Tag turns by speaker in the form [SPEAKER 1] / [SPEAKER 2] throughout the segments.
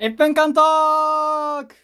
[SPEAKER 1] 1分間トーク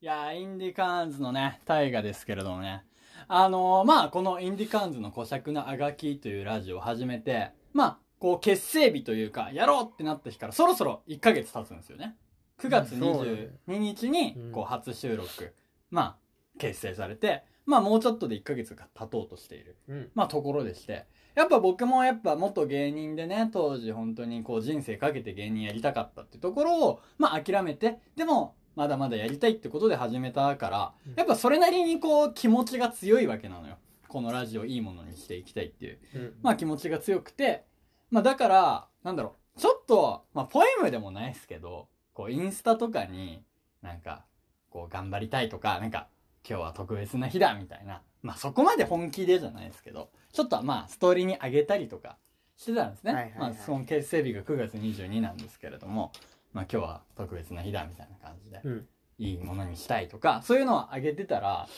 [SPEAKER 1] いやー、インディカーンズのね、大河ですけれどもね。あのーまあ、このインディカーンズの古尺なあがきというラジオを始めて、まあ、こう、結成日というか、やろうってなった日からそろそろ1ヶ月経つんですよね。9月
[SPEAKER 2] そうだね
[SPEAKER 1] 22日に
[SPEAKER 2] うん、
[SPEAKER 1] こう、初収録、まあ、結成されて、まあ、もうちょっとで1ヶ月が経とうとしている。
[SPEAKER 2] うん。
[SPEAKER 1] まあところでして。やっぱ僕もやっぱ元芸人でね、当時本当にこう人生かけて芸人やりたかったってところを、まあ諦めて、でもまだまだやりたいってことで始めたから
[SPEAKER 2] うん、
[SPEAKER 1] やっぱそれなりにこう気持ちが強いわけなのよ。このラジオいいものにしていきたいっていう。
[SPEAKER 2] うん。
[SPEAKER 1] まあ気持ちが強くて、まあだから、なんだろう、ちょっと、まあポエムでもないですけど、こうインスタとかになんか、こう頑張りたいとか、なんか今日は特別な日だみたいな、まあそこまで本気でじゃないですけど、ちょっとまあストーリーに上げたりとかしてたんですね。
[SPEAKER 2] はいはいはい
[SPEAKER 1] まあその結成日が9月22なんですけれども、まあ今日は特別な日だみたいな感じで、
[SPEAKER 2] うん
[SPEAKER 1] いいものにしたいとか、そういうのを上げてたら、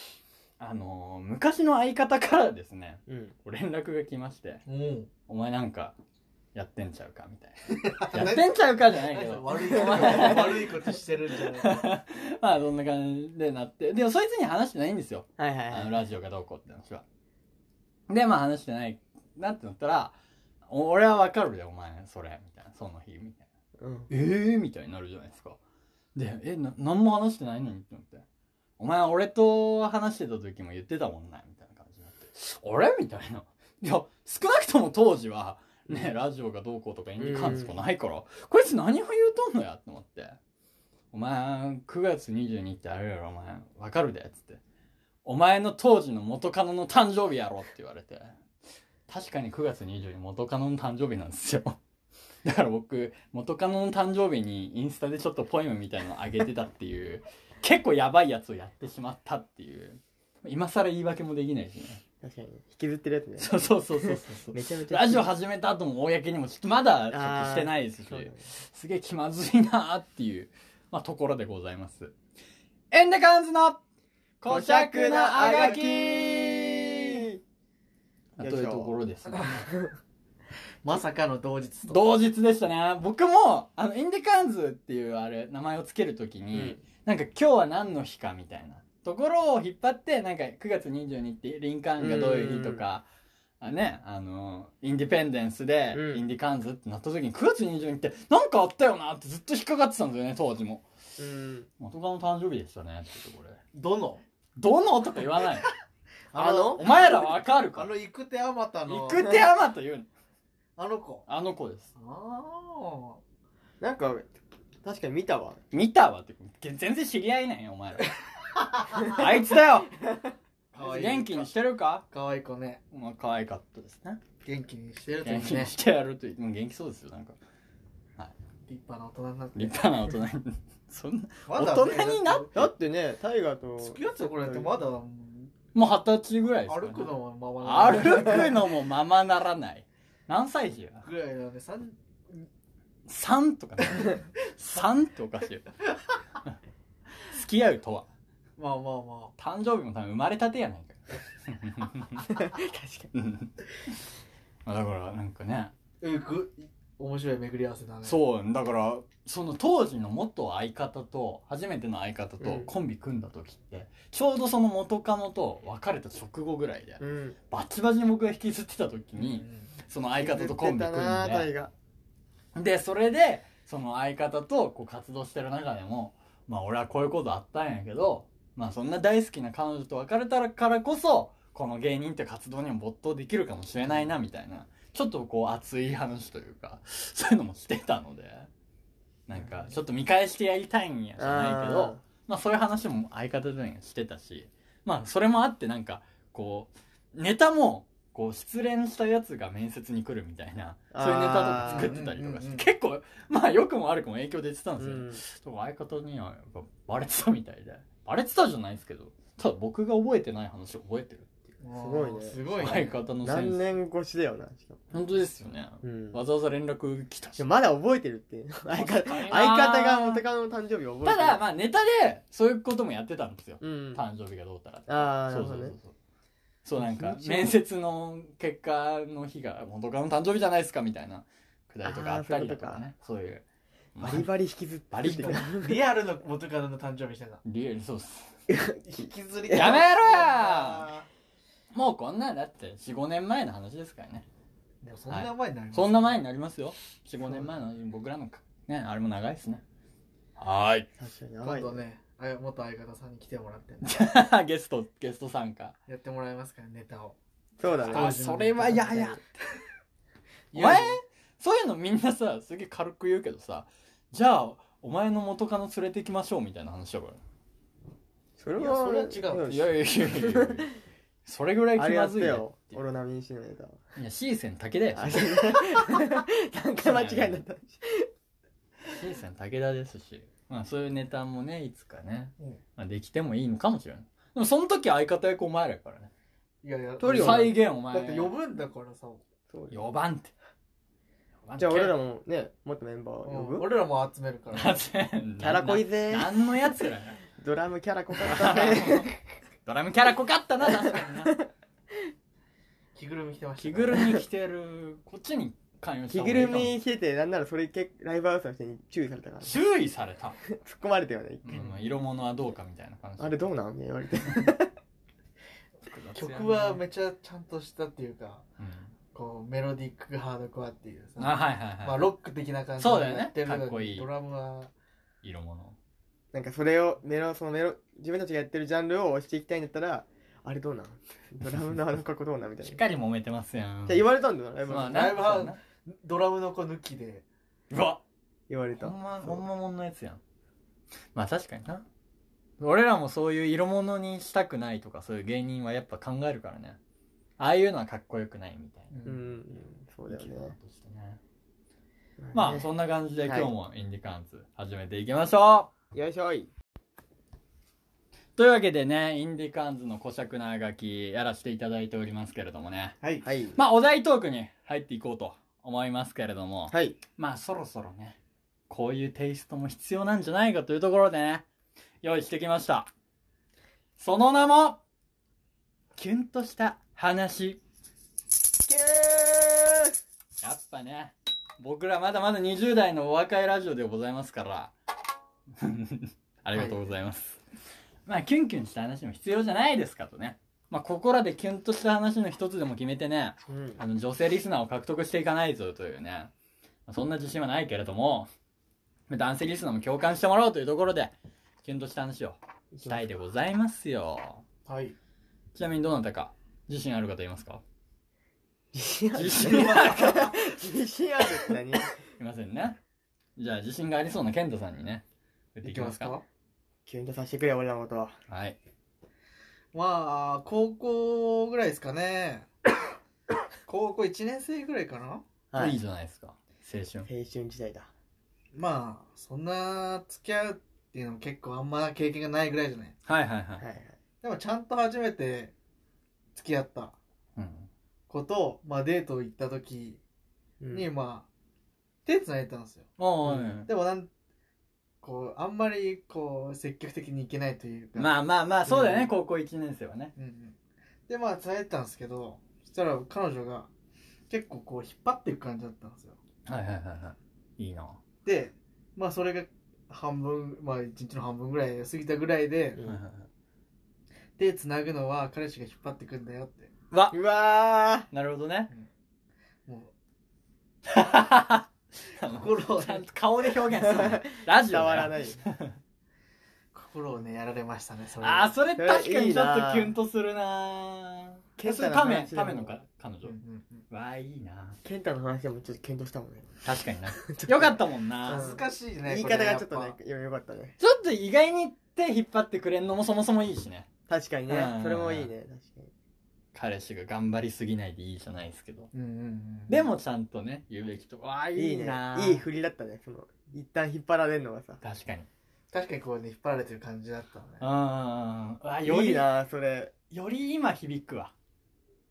[SPEAKER 1] あのー昔の相方からですね、
[SPEAKER 2] うん。
[SPEAKER 1] 連絡が来まして、
[SPEAKER 3] うん。
[SPEAKER 1] お前なんか、やってんちゃうかみた いな。やってんちゃうかじゃないけど。
[SPEAKER 3] 悪いこと、悪いことしてるんじゃない
[SPEAKER 1] まあ、そんな感じでなって。でも、そいつに話してないんですよ。
[SPEAKER 2] はいはい
[SPEAKER 1] あの、
[SPEAKER 2] はい。
[SPEAKER 1] ラジオがどうこうって話は。で、まあ、話してないなってなったら、お俺はわかるよ、お前、それ、みたいな。その日、みたいな。
[SPEAKER 2] うん。
[SPEAKER 1] ええー、みたいになるじゃないですか。で、え、な、何も話してないのにって思って。お前、俺と話してた時も言ってたもんな、みたいな感じになって。あれみたいな。いや、少なくとも当時は、ね、ラジオがどうこうとかインディカンズとかないから、こいつ何を言うとんのやって思って。お前、9月22ってあれやろ、お前。わかるで、つって。お前の当時の元カノの誕生日やろって言われて。確かに9月22元カノの誕生日なんですよ。だから僕、元カノの誕生日にインスタでちょっとポエムみたいなのあげてたっていう、結構やばいやつをやってしまったっていう。今更言い訳もできないしね。
[SPEAKER 2] 確かに。引きずってるやつね。
[SPEAKER 1] そうそうそうそうそう。
[SPEAKER 2] めちゃめちゃ。
[SPEAKER 1] ラジオ始めた後も公にもちょっとまだちょっとしてないですし、
[SPEAKER 2] そうだね
[SPEAKER 1] すげえ気まずいなーっていう、まあ、ところでございます。エンデカンズの、
[SPEAKER 2] 小
[SPEAKER 1] 小
[SPEAKER 2] 尺
[SPEAKER 1] 尺
[SPEAKER 2] な
[SPEAKER 1] な
[SPEAKER 2] あ
[SPEAKER 1] あ
[SPEAKER 2] が
[SPEAKER 1] がき
[SPEAKER 2] きよいしょ
[SPEAKER 1] というところですね。
[SPEAKER 3] まさかの同日と。
[SPEAKER 1] 同日でしたね。僕も、あの、インデカンズっていうあれ、名前をつけるとき
[SPEAKER 2] う
[SPEAKER 1] に、
[SPEAKER 2] ん。
[SPEAKER 1] なんか今日は何の日かみたいなところを引っ張ってなんか9月22日ってリンカーンがどういう日とか、あねあのインディペンデンスで
[SPEAKER 2] うん
[SPEAKER 1] インディカーンズってなった時に9月22日ってなんかあったよなってずっと引っかかってたんですよね当時も
[SPEAKER 2] うん。
[SPEAKER 1] 元カノ誕生日でしたねっていうところで
[SPEAKER 3] どの
[SPEAKER 1] どのとか言わない
[SPEAKER 2] あの
[SPEAKER 1] お前らわかる
[SPEAKER 3] あ
[SPEAKER 1] か
[SPEAKER 3] の、
[SPEAKER 1] ら
[SPEAKER 3] 行く手あまたの。
[SPEAKER 1] 行く手あまと言うの
[SPEAKER 3] あの子。
[SPEAKER 1] あの子です
[SPEAKER 3] ああ。
[SPEAKER 2] なんか、確かに見たわ。
[SPEAKER 1] 見たわって全然知り合いないよお 前らあいつだよ
[SPEAKER 3] かわいい。
[SPEAKER 1] 元気にしてるか
[SPEAKER 3] かわいい子ね。
[SPEAKER 1] まあ可愛かったですね
[SPEAKER 3] 元気にしてると
[SPEAKER 1] 元気に
[SPEAKER 3] ね。
[SPEAKER 1] してやると言ってもう元気そうですよなんか
[SPEAKER 3] 立派な大人になって。
[SPEAKER 1] 立派な大人に そんな
[SPEAKER 3] まだ
[SPEAKER 1] 大人になっ
[SPEAKER 2] だってね、タイガーと。
[SPEAKER 3] 付き合ってこられてまだ
[SPEAKER 1] もう二十歳ぐらいですか、ね、
[SPEAKER 3] 歩くのもまま
[SPEAKER 1] 歩くのもままならない何歳児や
[SPEAKER 3] ぐらいなんで、さん
[SPEAKER 1] 3とかね3っておかしいよ付き合うとは
[SPEAKER 3] まあまあま
[SPEAKER 1] 誕生日も多分生まれたてやないか
[SPEAKER 2] 確か
[SPEAKER 1] うん まあだからなんかね
[SPEAKER 3] あ。うく、面白い巡り合わせだね。
[SPEAKER 1] そうだからその当時の元相方と初めての相方
[SPEAKER 2] う
[SPEAKER 1] と
[SPEAKER 2] ん
[SPEAKER 1] コンビ組んだ時って、ちょうどその元カノと別れた直後ぐらいで
[SPEAKER 2] に。うん。
[SPEAKER 1] バチバチに僕が引きずってた時
[SPEAKER 3] う
[SPEAKER 1] に、
[SPEAKER 3] ん
[SPEAKER 1] その相方とコンビ組
[SPEAKER 2] 言ってたなタ
[SPEAKER 1] ん
[SPEAKER 2] イガー。
[SPEAKER 1] で、で、それで、その相方とこう活動してる中でも、まあ俺はこういうことあったんやけど、まあそんな大好きな彼女と別れたからこそ、この芸人って活動にも没頭できるかもしれないな、みたいな。ちょっとこう熱い話というか、そういうのもしてたので、なんかちょっと見返してやりたいんやじゃないけど、まあそういう話も相方とにしてたし、まあそれもあってなんか、こう、ネタも、こう失恋したやつが面接に来るみたいな、そういうネタとか作ってたりとかし
[SPEAKER 3] あーうんうんうん
[SPEAKER 1] て、結構、まあ良くも悪くも影響出てたん
[SPEAKER 2] う
[SPEAKER 1] ですよ。
[SPEAKER 2] ん。
[SPEAKER 1] とか相方にはやっぱバレてたみたいで。バレてたじゃないですけど、ただ僕が覚えてない話を覚えてるっていう。
[SPEAKER 3] す
[SPEAKER 2] ごいね
[SPEAKER 3] すごい
[SPEAKER 1] 相
[SPEAKER 3] ね。
[SPEAKER 1] 方のセン
[SPEAKER 2] 何
[SPEAKER 1] ス。
[SPEAKER 2] 年越しだよな、しかも。
[SPEAKER 1] 本当ですよね。
[SPEAKER 2] うん。
[SPEAKER 1] わざわざ連絡来たし
[SPEAKER 2] でも。まだ覚えてるっていう。相方、
[SPEAKER 1] かにな
[SPEAKER 2] 相方が元カノの誕生日を覚
[SPEAKER 1] た
[SPEAKER 2] えてる。
[SPEAKER 1] だ、まあネタでそういうこともやってたんですよ。
[SPEAKER 2] うん。
[SPEAKER 1] 誕生日がどうたらって
[SPEAKER 2] あー
[SPEAKER 1] そうそうそうそうそうなんか面
[SPEAKER 2] 面
[SPEAKER 1] 接の結果の日が元カノの誕生日じゃないですかみたいなくだりとかあったりとかねそういう
[SPEAKER 2] バリバリ引きずって
[SPEAKER 1] バリ引きずる
[SPEAKER 3] リアルの元カノの誕生日してた。
[SPEAKER 1] リアルそうっ す
[SPEAKER 3] 引きずり
[SPEAKER 1] やめろもうこんなんだって45年前の話ですからね
[SPEAKER 3] でもそんな前になります
[SPEAKER 1] そんな前になりますよ45年前の話僕らのかねあれも長いですねはーい
[SPEAKER 2] 確かにやば
[SPEAKER 3] 今
[SPEAKER 2] い
[SPEAKER 3] 度ね、あや元相方さんに来てもらってね、
[SPEAKER 1] ゲストゲスト参加
[SPEAKER 3] やってもらいますから、ネタを。
[SPEAKER 2] そうだね
[SPEAKER 1] あそれは嫌 やお前そういうのみんなさすげえ軽く言うけどさじゃあお前の元カノ連れてきましょうみたいな話だか
[SPEAKER 2] それ
[SPEAKER 3] いやそれは
[SPEAKER 2] は
[SPEAKER 3] 違う
[SPEAKER 1] らいやいやいやいやいやそれぐらい
[SPEAKER 2] あ
[SPEAKER 1] 気
[SPEAKER 2] れや
[SPEAKER 1] ま
[SPEAKER 2] った
[SPEAKER 1] ずいね
[SPEAKER 2] よ
[SPEAKER 1] ってい
[SPEAKER 2] オロナミン C のネタ
[SPEAKER 1] ういや C 線武田よ
[SPEAKER 2] あれ何回間違えになった
[SPEAKER 1] C 線武田ですしまあそういうネタもねいつかね、
[SPEAKER 3] うん
[SPEAKER 1] まあ、できてもいいのかもしれないでもその時相方役お前らやからね
[SPEAKER 3] いやいや、
[SPEAKER 2] トリオ
[SPEAKER 3] だ
[SPEAKER 1] 再現お前
[SPEAKER 3] って呼ぶんだからさ。
[SPEAKER 2] そう
[SPEAKER 1] 4番って
[SPEAKER 2] じゃあ俺 ら
[SPEAKER 1] も
[SPEAKER 2] もねもっとメンバー
[SPEAKER 3] う
[SPEAKER 2] 呼
[SPEAKER 3] ん
[SPEAKER 2] ぶ
[SPEAKER 3] 俺らも集めるから。
[SPEAKER 1] キ
[SPEAKER 2] キャラ濃いぜ
[SPEAKER 1] 何のやつらや
[SPEAKER 2] ドラムキャラ濃かっ たね
[SPEAKER 1] ドラムキャラ濃かったな確かにな
[SPEAKER 3] 着ぐるみ着てました
[SPEAKER 1] 着
[SPEAKER 3] から
[SPEAKER 1] ぐるみ着てるこっちに関与し
[SPEAKER 2] 着
[SPEAKER 1] た方
[SPEAKER 2] ぐ
[SPEAKER 1] がいい
[SPEAKER 2] る
[SPEAKER 1] かも
[SPEAKER 2] み着ててなんならそれ結ライブハウスの人に注意され たから突っ
[SPEAKER 1] 注意された、
[SPEAKER 2] 込まれたよね
[SPEAKER 1] うん、色物はどうかみたいな感じ
[SPEAKER 2] あれどうなんね言 われて
[SPEAKER 3] 曲は、めちゃちゃんとしたっていうか、
[SPEAKER 1] うん
[SPEAKER 3] こう、メロディックハードコアっていうさ。
[SPEAKER 1] あはいはいはい、
[SPEAKER 3] まあ、ロック的な感じ
[SPEAKER 1] そうだよね
[SPEAKER 3] やってるのに
[SPEAKER 1] かっこいい
[SPEAKER 3] ドラムは、
[SPEAKER 1] 色物
[SPEAKER 2] なんかそれをメロそのメロ自分たちがやってるジャンルを押していきたいんだったらあれどうなんドラムのあの格好どうなんみたい
[SPEAKER 1] しっ
[SPEAKER 2] なじゃ
[SPEAKER 1] かり揉めてますやん
[SPEAKER 2] あ言われたんだよライブ
[SPEAKER 1] まあ
[SPEAKER 2] ハウス
[SPEAKER 1] な
[SPEAKER 3] ライブハウス
[SPEAKER 1] そうや
[SPEAKER 3] ドラムの子抜きで、
[SPEAKER 1] なうわ
[SPEAKER 2] 言われた
[SPEAKER 1] ほんまほんまもんのやつやんまあ確かにな俺らもそういう色物にしたくないとかそういう芸人はやっぱ考えるからねああいうのはかっこよくないみたいな
[SPEAKER 2] うんうんそうだよね
[SPEAKER 1] 生き方としてねまあ
[SPEAKER 2] ね
[SPEAKER 1] そんな感じで今
[SPEAKER 2] はい
[SPEAKER 1] 日もインディカーンズ始めていきましょ
[SPEAKER 2] よいしょいう
[SPEAKER 1] というわけでねインディカーンズの小尺なあがきやらせていただいておりますけれどもね
[SPEAKER 3] はい。
[SPEAKER 2] はい
[SPEAKER 1] まあお題トークに入っていこうと思いますけれども
[SPEAKER 2] はい
[SPEAKER 1] まあそろそろねこういうテイストも必要なんじゃないかというところでね用意してきましたその名もキュンとした話やっぱね僕らまだまだ20代のお若いラジオでございますから ありがとうございます、まあキュンキュンした話も必要じゃないですかとねまあここらでキュンとした話の一つでも決めてね
[SPEAKER 2] うん
[SPEAKER 1] あの女性リスナーを獲得していかないぞというね、まあそんな自信はないけれども、まあ男性リスナーも共感してもらおうというところで、キュンとした話をしたいでございますよ。
[SPEAKER 3] はい。
[SPEAKER 1] ちなみにどうなったか、自信ある方いますか
[SPEAKER 2] 自信ある
[SPEAKER 1] 自信はある
[SPEAKER 2] 自信あるって何
[SPEAKER 1] いませんね。じゃあ自信がありそうなケントさんにね、言って
[SPEAKER 3] い
[SPEAKER 1] い
[SPEAKER 3] き
[SPEAKER 1] き
[SPEAKER 3] ま
[SPEAKER 1] ますす
[SPEAKER 3] か
[SPEAKER 1] か。
[SPEAKER 2] キュンとさせてくれ俺らのことは
[SPEAKER 1] はい。、
[SPEAKER 3] まあ、高校ぐらいですかね。 高校1年生ぐらいかない
[SPEAKER 1] い
[SPEAKER 2] い
[SPEAKER 1] じゃないですか。青春
[SPEAKER 2] 青。春時代だ
[SPEAKER 3] まあ、そんな付き合うっていうのも結構あんま経験がないぐらいじゃない。
[SPEAKER 1] はいはいは
[SPEAKER 2] はい
[SPEAKER 1] い。
[SPEAKER 2] はい
[SPEAKER 3] でもちゃんと初めて付き合った
[SPEAKER 1] うん。
[SPEAKER 3] ことを、まあデート行った時
[SPEAKER 2] うん
[SPEAKER 3] に、まあ、手繋いでたんですよ。
[SPEAKER 1] おーおいおい
[SPEAKER 3] でもなん、こう、あんまりこう、積極的に行けないというか。
[SPEAKER 1] まあまあまあ、そうだよね、
[SPEAKER 3] うん
[SPEAKER 1] 高校1年生はね。
[SPEAKER 3] うんうん、でまあ伝えてたんですけどそしたら彼女が結構こう引っ張っていく感じだったんですよ
[SPEAKER 1] はいはいはいはい。いいな。
[SPEAKER 3] でまあそれが半分まあ一日の半分ぐらい過ぎたぐらいで
[SPEAKER 2] うん
[SPEAKER 1] はいはいはい
[SPEAKER 3] 手つなぐのは彼氏が引っ張ってくんだよって
[SPEAKER 1] わ
[SPEAKER 2] うわ
[SPEAKER 1] なるほど ね。
[SPEAKER 3] もう
[SPEAKER 1] 心
[SPEAKER 3] 心を
[SPEAKER 1] ちゃん
[SPEAKER 3] ね
[SPEAKER 1] と顔で表現するね。 ラ
[SPEAKER 2] ー
[SPEAKER 1] ジオ
[SPEAKER 2] 伝
[SPEAKER 1] だ
[SPEAKER 2] わらない
[SPEAKER 3] 心をねやられましたねそれ
[SPEAKER 1] ああ、
[SPEAKER 3] は
[SPEAKER 1] それ確かにちょっと
[SPEAKER 2] いい
[SPEAKER 1] キ
[SPEAKER 2] な
[SPEAKER 1] ュンとするな
[SPEAKER 2] ケ
[SPEAKER 1] ケ
[SPEAKER 2] ン
[SPEAKER 1] ン
[SPEAKER 2] タの
[SPEAKER 1] タメ、
[SPEAKER 2] 話でも
[SPEAKER 1] タメのか彼
[SPEAKER 3] うん
[SPEAKER 1] 女
[SPEAKER 3] う。んうん
[SPEAKER 1] わあ、いいな
[SPEAKER 2] 健太の話でもちょっと検討したもんね
[SPEAKER 1] 確かにな。 よかったもんな
[SPEAKER 3] 恥ずかしいね
[SPEAKER 2] 言い
[SPEAKER 3] これ
[SPEAKER 2] 方がちょっと
[SPEAKER 3] や
[SPEAKER 2] ね
[SPEAKER 3] ぱ
[SPEAKER 2] よよかったね
[SPEAKER 1] ちょっと意外に手引っ張ってくれんのもそもそもいいしね。
[SPEAKER 2] 確かに
[SPEAKER 1] う
[SPEAKER 2] ね
[SPEAKER 1] ん
[SPEAKER 2] それもいいね確かに
[SPEAKER 1] 彼氏が頑張りすぎないでいいじゃないですけど。
[SPEAKER 3] うんうんうん
[SPEAKER 1] でもちゃんとね、言うべきとこ。わあ、
[SPEAKER 2] い
[SPEAKER 1] い
[SPEAKER 2] い
[SPEAKER 1] い
[SPEAKER 2] ね
[SPEAKER 1] ない
[SPEAKER 2] い振りだったねその一旦引っ張られるのがさ
[SPEAKER 1] 確かに。
[SPEAKER 3] 確かにこうね引っ張られてる感じだった
[SPEAKER 1] う
[SPEAKER 3] ね
[SPEAKER 1] ん。わあ、よ
[SPEAKER 2] いい
[SPEAKER 1] り、
[SPEAKER 2] なそれ
[SPEAKER 1] より今響くわ。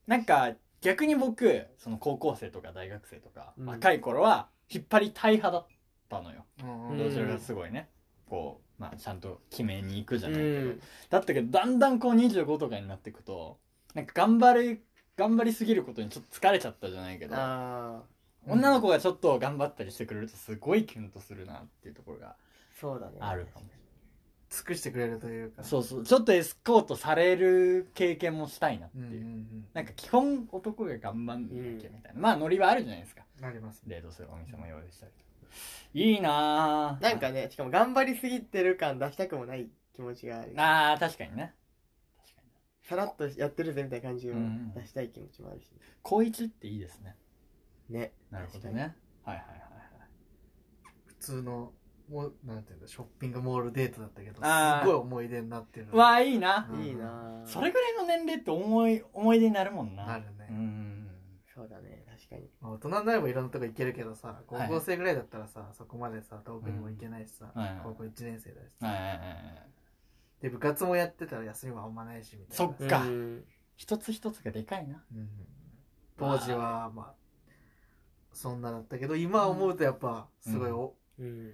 [SPEAKER 1] なんか、逆に僕、その高校生とか大学生とか、
[SPEAKER 2] うん
[SPEAKER 1] 若い頃は、引っ張りたい派だったのよ。
[SPEAKER 3] うん
[SPEAKER 2] う
[SPEAKER 1] ど
[SPEAKER 2] ん
[SPEAKER 1] ちらがすごいねこう、まあ、ちゃんと決めに行くじ
[SPEAKER 2] う
[SPEAKER 1] ゃないけど、
[SPEAKER 2] ん
[SPEAKER 1] だったけどだんだんこう25とかになっていくとなんか頑張り頑張りすぎることにちょっと疲れちゃったじゃないけどあ
[SPEAKER 2] あ
[SPEAKER 3] うん
[SPEAKER 1] 女の子がちょっと頑張ったりしてくれるとすごいキュンとするなっていうところが
[SPEAKER 2] そうだね
[SPEAKER 1] あるかも
[SPEAKER 3] 尽くしてくれるというか
[SPEAKER 1] そうそうちょっとエスコートされる経験もしたいなって
[SPEAKER 3] う
[SPEAKER 1] い
[SPEAKER 3] んうん
[SPEAKER 1] う、
[SPEAKER 3] うん
[SPEAKER 1] なんか基本男が頑張んなきゃみたいな、まあノリはあるじゃないですか
[SPEAKER 3] なりますね
[SPEAKER 1] 冷凍するお店も用意したりとかいいなぁ
[SPEAKER 2] なんかねしかも頑張りすぎてる感出したくもない気持ちがある
[SPEAKER 1] あー確かにね確かに
[SPEAKER 2] さらっとやってるぜみたいな感じを
[SPEAKER 1] うん
[SPEAKER 2] 出したい気持ちもあるし
[SPEAKER 1] 高一っていいですね
[SPEAKER 2] ね
[SPEAKER 1] なるほどねはいはいはいはい
[SPEAKER 3] 普通のもうなんていうんだショッピングモールデートだったけどす
[SPEAKER 1] あー
[SPEAKER 3] ごい思い出になってる
[SPEAKER 1] わあいいな、
[SPEAKER 3] うん
[SPEAKER 2] いいなぁ
[SPEAKER 1] それぐらいの年齢って思い思い出になるもんな
[SPEAKER 3] なる
[SPEAKER 1] う
[SPEAKER 3] ね、
[SPEAKER 1] ん
[SPEAKER 2] そうだね確かに
[SPEAKER 3] まあ大人になればいろんなとこ行けるけどさ高校生ぐらいだったらさ、そこまでさ遠くにも行けないしさ、
[SPEAKER 1] うんはいはい
[SPEAKER 3] 高校1年生だしさ、
[SPEAKER 1] はいはいはいはい
[SPEAKER 3] で部活もやってたら休みもあんまないしみたいな
[SPEAKER 1] そっか
[SPEAKER 2] うん
[SPEAKER 1] 一つ一つがでかいな
[SPEAKER 3] うん当時はまあそんなだったけど今思うとやっぱすごいお、
[SPEAKER 2] うん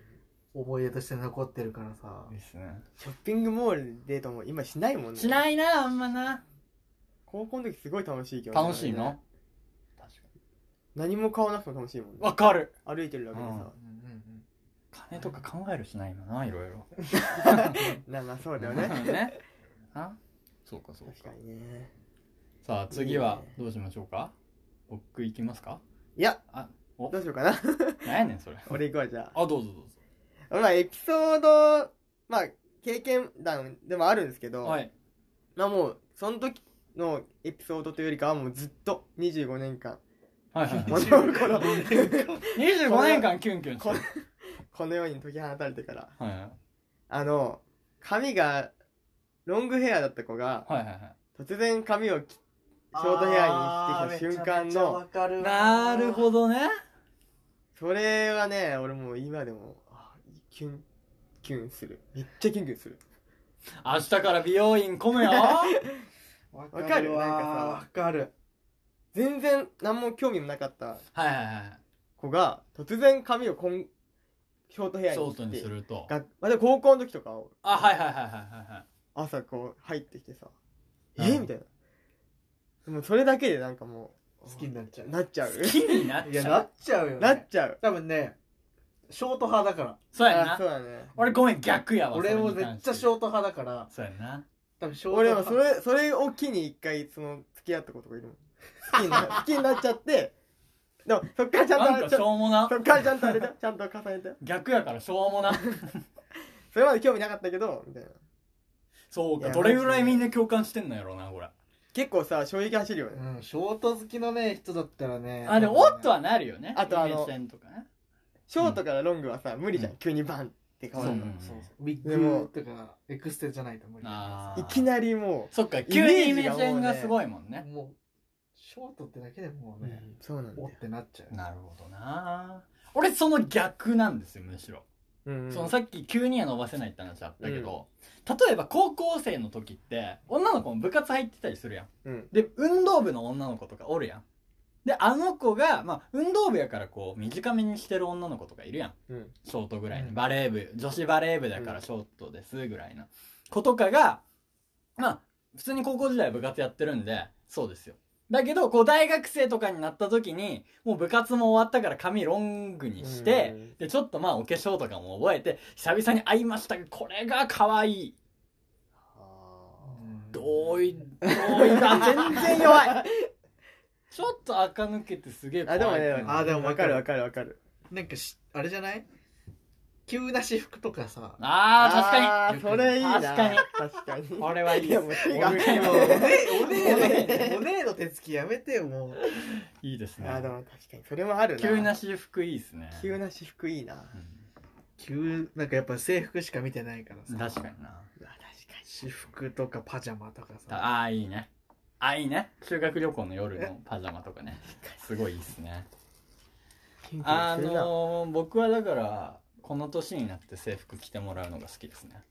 [SPEAKER 3] 思い出として残ってるからさ、
[SPEAKER 1] ですね
[SPEAKER 2] ショッピングモールでデートも今しないもんね
[SPEAKER 1] しないなあんまな
[SPEAKER 2] 高校の時すごい楽しいけどね
[SPEAKER 1] 楽しいの確か
[SPEAKER 2] 何も買わなくても楽しいもんね
[SPEAKER 1] わかる
[SPEAKER 2] 歩いてるだけでさ
[SPEAKER 3] うんうん
[SPEAKER 1] 金とか考えるしない今ないろいろ
[SPEAKER 2] なまあそうだよね
[SPEAKER 1] ねあそうかそう
[SPEAKER 2] 確かにね
[SPEAKER 1] さあ次はどうしましょうか僕行きますか
[SPEAKER 2] いや
[SPEAKER 1] あお
[SPEAKER 2] どうしようかな
[SPEAKER 1] 何やねんそれ
[SPEAKER 2] 俺行こうじゃあ
[SPEAKER 1] あどうぞどうぞ
[SPEAKER 2] まあエピソードまあ経験談でもあるんですけど、
[SPEAKER 1] はい
[SPEAKER 2] まあもうその時のエピソードというよりかはもうずっと25年間
[SPEAKER 1] はいはい
[SPEAKER 2] も
[SPEAKER 1] は
[SPEAKER 2] う
[SPEAKER 1] い
[SPEAKER 2] この
[SPEAKER 1] 25年間キュンキュンして
[SPEAKER 2] こ
[SPEAKER 1] る
[SPEAKER 2] このように解き放たれてから
[SPEAKER 1] はいはい
[SPEAKER 2] あの髪がロングヘアだった子が
[SPEAKER 1] はいはい
[SPEAKER 2] 突然髪を切ショートヘアにしてきた瞬間の
[SPEAKER 1] なる
[SPEAKER 3] ど
[SPEAKER 1] ほどね
[SPEAKER 2] それはね俺もう今でもあキュンキュンするめっちゃキュンキュンする
[SPEAKER 1] 明日から美容院込めよ
[SPEAKER 3] わ
[SPEAKER 2] かる
[SPEAKER 3] かるわ
[SPEAKER 2] なんかさ
[SPEAKER 3] わかる
[SPEAKER 2] 全然何も興味もなかった
[SPEAKER 1] はいはいは
[SPEAKER 2] 子が突然髪をこんショートヘ
[SPEAKER 1] い
[SPEAKER 2] ア
[SPEAKER 1] ショ
[SPEAKER 2] に
[SPEAKER 1] ート
[SPEAKER 2] し
[SPEAKER 1] にす
[SPEAKER 2] て
[SPEAKER 1] ると
[SPEAKER 2] がまあでも高校の時とか
[SPEAKER 1] あはいはいはいはいはいはい
[SPEAKER 2] 朝こう入ってきてさ
[SPEAKER 1] うん
[SPEAKER 2] えみたいなでもそれだけでなんかもう
[SPEAKER 3] 好きになっちゃう
[SPEAKER 2] なっちゃう
[SPEAKER 1] 好きになっ
[SPEAKER 3] い
[SPEAKER 1] ち
[SPEAKER 3] や
[SPEAKER 1] ゃ
[SPEAKER 3] な
[SPEAKER 1] う
[SPEAKER 3] っちゃうよ、ね、
[SPEAKER 2] なっちゃう
[SPEAKER 3] 多分ねショート派だから
[SPEAKER 1] そうや
[SPEAKER 2] あそ
[SPEAKER 1] な
[SPEAKER 2] うだね
[SPEAKER 1] 俺ごめん逆やわ
[SPEAKER 3] 俺もめっちゃショ
[SPEAKER 1] ート
[SPEAKER 3] ート派だから
[SPEAKER 1] そうやな
[SPEAKER 3] 多分ショート
[SPEAKER 2] 俺は
[SPEAKER 3] 派
[SPEAKER 2] それそれを機に一回その付き合った子とかいるもん好き にな好きになっちゃってでもそっからちゃ
[SPEAKER 1] なん
[SPEAKER 2] んと
[SPEAKER 1] かし
[SPEAKER 2] ちゃん
[SPEAKER 1] ょうもな
[SPEAKER 2] そっからちゃんとあれだよちゃんと重ねたよ
[SPEAKER 1] 逆やからしょうもな
[SPEAKER 2] それまで興味なかったけどみたいな
[SPEAKER 1] そう
[SPEAKER 2] い
[SPEAKER 1] か
[SPEAKER 2] や
[SPEAKER 1] どれぐらいみんな共感してんのやろうなこれ
[SPEAKER 2] 結構さ衝撃走るよね
[SPEAKER 3] うん、ショート好きのね人だったらね
[SPEAKER 1] あでも
[SPEAKER 3] 多
[SPEAKER 1] お
[SPEAKER 3] 分ね
[SPEAKER 1] っとはなるよね
[SPEAKER 2] あとあの
[SPEAKER 1] 目線とかね
[SPEAKER 2] ショートからロングはさ無理じゃん、
[SPEAKER 1] う
[SPEAKER 2] 急にバンって変
[SPEAKER 3] そう
[SPEAKER 2] わ
[SPEAKER 3] そ
[SPEAKER 2] る
[SPEAKER 3] う
[SPEAKER 1] うん
[SPEAKER 3] そうウィ
[SPEAKER 2] で
[SPEAKER 3] ッ
[SPEAKER 2] も
[SPEAKER 3] グとかエクステじゃないと無理
[SPEAKER 1] あー
[SPEAKER 2] いきなりも
[SPEAKER 1] そっか
[SPEAKER 2] イメ
[SPEAKER 1] 急に
[SPEAKER 2] ージ
[SPEAKER 1] 目
[SPEAKER 2] がもうね
[SPEAKER 1] 線がすごいもんね
[SPEAKER 3] もうショートってだけでも
[SPEAKER 2] う、
[SPEAKER 3] うね、
[SPEAKER 2] そうなんだ
[SPEAKER 3] お
[SPEAKER 2] よ
[SPEAKER 3] っ、てなっちゃう、
[SPEAKER 1] なるほどな俺その逆なんですよむしろ
[SPEAKER 2] うん
[SPEAKER 1] そのさっき急には伸ばせないって話あったけど、例えば高校生の時って女の子も部活入ってたりするやん
[SPEAKER 2] うん
[SPEAKER 1] で運動部の女の子とかおるやんであの子が、まあ、運動部やからこう短めにしてる女の子とかいるやん
[SPEAKER 2] うん
[SPEAKER 1] ショートぐらいの、
[SPEAKER 3] うん
[SPEAKER 1] バレー部女子バレー部だか
[SPEAKER 2] う
[SPEAKER 1] ら
[SPEAKER 2] ん
[SPEAKER 1] ショートですぐらいの子とかがまあ普通に高校時代は部活やってるんでそうですよだけどこう大学生とかになった時にもう部活も終わったから髪ロングにして、
[SPEAKER 2] うん
[SPEAKER 1] でちょっとまあお化粧とかも覚えて久々に会いましたがこれが可愛い
[SPEAKER 3] うん
[SPEAKER 1] 同意同意 だ全然弱いちょっと垢抜けてすげえ
[SPEAKER 2] あ
[SPEAKER 1] 怖い
[SPEAKER 2] でもね
[SPEAKER 3] あでも
[SPEAKER 2] わ
[SPEAKER 3] わ
[SPEAKER 2] か
[SPEAKER 3] か
[SPEAKER 2] る
[SPEAKER 3] る
[SPEAKER 2] わかるわかる
[SPEAKER 3] なんかしあれじゃない急な私服とかさ
[SPEAKER 1] あー確かに
[SPEAKER 2] あーそれいいな
[SPEAKER 1] 確かに
[SPEAKER 2] 確かに
[SPEAKER 1] これはいい
[SPEAKER 2] いやもう手が
[SPEAKER 1] 俺
[SPEAKER 3] もうおねおねえのおねえの手つきやめてよもう
[SPEAKER 1] いいですね
[SPEAKER 2] あでも確かにそれもあるな
[SPEAKER 1] 急な私服いいですね
[SPEAKER 2] 急な私服いいな
[SPEAKER 3] 急なんかやっぱ制服しか見てないから
[SPEAKER 1] うん
[SPEAKER 3] さ
[SPEAKER 1] 確かにな
[SPEAKER 2] うわ確かに
[SPEAKER 3] 私服とかパジャマとかさ
[SPEAKER 1] ああーいいねあーいいね修学旅行の夜のパジャマとかねすごいいいっすね
[SPEAKER 2] キュンキュ
[SPEAKER 1] あ
[SPEAKER 2] ンするな
[SPEAKER 1] のー、僕はだからこの年になって制服着てもらうのが好きですね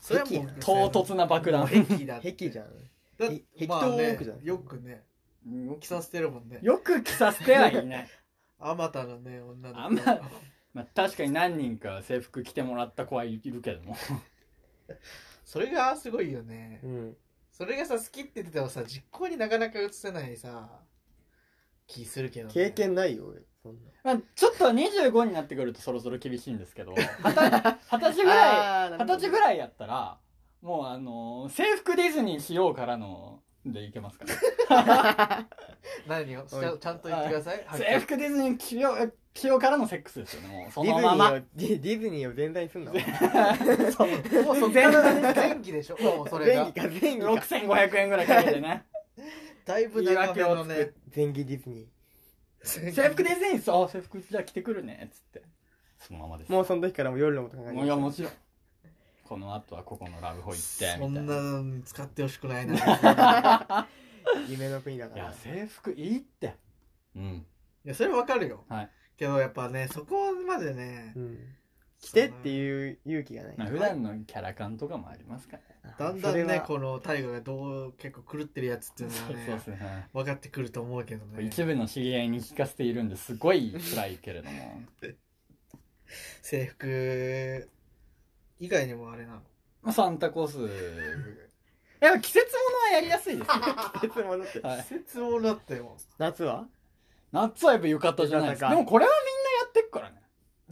[SPEAKER 3] それはもう
[SPEAKER 2] 癖
[SPEAKER 1] 唐突な爆弾
[SPEAKER 3] もう癖だって
[SPEAKER 2] 壁じゃん
[SPEAKER 3] だ
[SPEAKER 2] へ壁
[SPEAKER 3] まあ
[SPEAKER 2] 頭多
[SPEAKER 3] ね
[SPEAKER 2] くじゃん
[SPEAKER 3] よくね着させてるもんね
[SPEAKER 1] よく着させてはい ない
[SPEAKER 3] あまたのね女の子
[SPEAKER 1] あまたまあ、確かに何人か制服着てもらった子はいるけども
[SPEAKER 3] それがすごいよね
[SPEAKER 2] うん
[SPEAKER 3] それがさ好きって言っててもさ実行になかなか移せないさ気するけどね、
[SPEAKER 2] 経験ないよ俺そんな
[SPEAKER 1] まあ、ちょっと25になってくるとそろそろ厳しいんですけど、 二十二十歳ぐらい、
[SPEAKER 2] い
[SPEAKER 1] 二十歳ぐ
[SPEAKER 2] い
[SPEAKER 1] らいやったら、もうあのー制服ディズニーしようからの、でいけます から。
[SPEAKER 3] 何をしちゃ
[SPEAKER 2] おい
[SPEAKER 3] ちゃんと言ってくださいはっきり
[SPEAKER 1] 制服ディズニーしよう、しようからのセックスですよね、もう。そ
[SPEAKER 2] ディ
[SPEAKER 1] の
[SPEAKER 2] ズニ
[SPEAKER 1] まま。
[SPEAKER 2] ーをディディズニーを全体にす んの
[SPEAKER 1] そう
[SPEAKER 3] もうそっから前期でしょもうそれ
[SPEAKER 2] 前
[SPEAKER 3] が
[SPEAKER 2] 儀か前儀か
[SPEAKER 1] 6500円ぐらいかけてね。
[SPEAKER 3] だいぶ
[SPEAKER 1] 言い
[SPEAKER 3] 長め
[SPEAKER 1] 訳を
[SPEAKER 3] の
[SPEAKER 1] 作
[SPEAKER 3] ね
[SPEAKER 1] る。
[SPEAKER 2] 前儀ディズニー
[SPEAKER 3] 制
[SPEAKER 1] 制服ディズニーそう、制服じゃあ着てくるね、つって。そのままです。
[SPEAKER 2] もうその時からもう夜のこと考えて
[SPEAKER 1] もういや、もちろん。この後はここのラブホ行って、
[SPEAKER 3] そ
[SPEAKER 1] みたい
[SPEAKER 3] ん
[SPEAKER 1] な
[SPEAKER 3] な。のに使ってほしくないな
[SPEAKER 2] 夢の国だか
[SPEAKER 1] いや
[SPEAKER 2] ら、
[SPEAKER 1] 制服いいって。うん。
[SPEAKER 3] いやそれわかるよ、
[SPEAKER 1] はい
[SPEAKER 3] けどやっぱねそこまでね
[SPEAKER 2] うん、来てっていう勇気がない
[SPEAKER 1] まあ、普段のキャラ感とかもありますから。
[SPEAKER 3] だんだん
[SPEAKER 2] それ
[SPEAKER 3] ね
[SPEAKER 2] は
[SPEAKER 3] この大河がどう結構狂ってるやつっていうのは
[SPEAKER 1] そうで
[SPEAKER 3] ね
[SPEAKER 1] すね。
[SPEAKER 3] 分かってくると思うけどね
[SPEAKER 1] 一部の知り合いに聞かせているんですごい辛いけれども。
[SPEAKER 3] 制服以外にもあれなの
[SPEAKER 1] まあ、サンタコース。いや、季節ものはやりやすいですよ。
[SPEAKER 2] 別物って
[SPEAKER 1] はい、
[SPEAKER 3] 絶望だったよ
[SPEAKER 2] 夏は
[SPEAKER 1] 夏はやっぱ浴衣じゃないですか。でもこれはみんなやってっからね。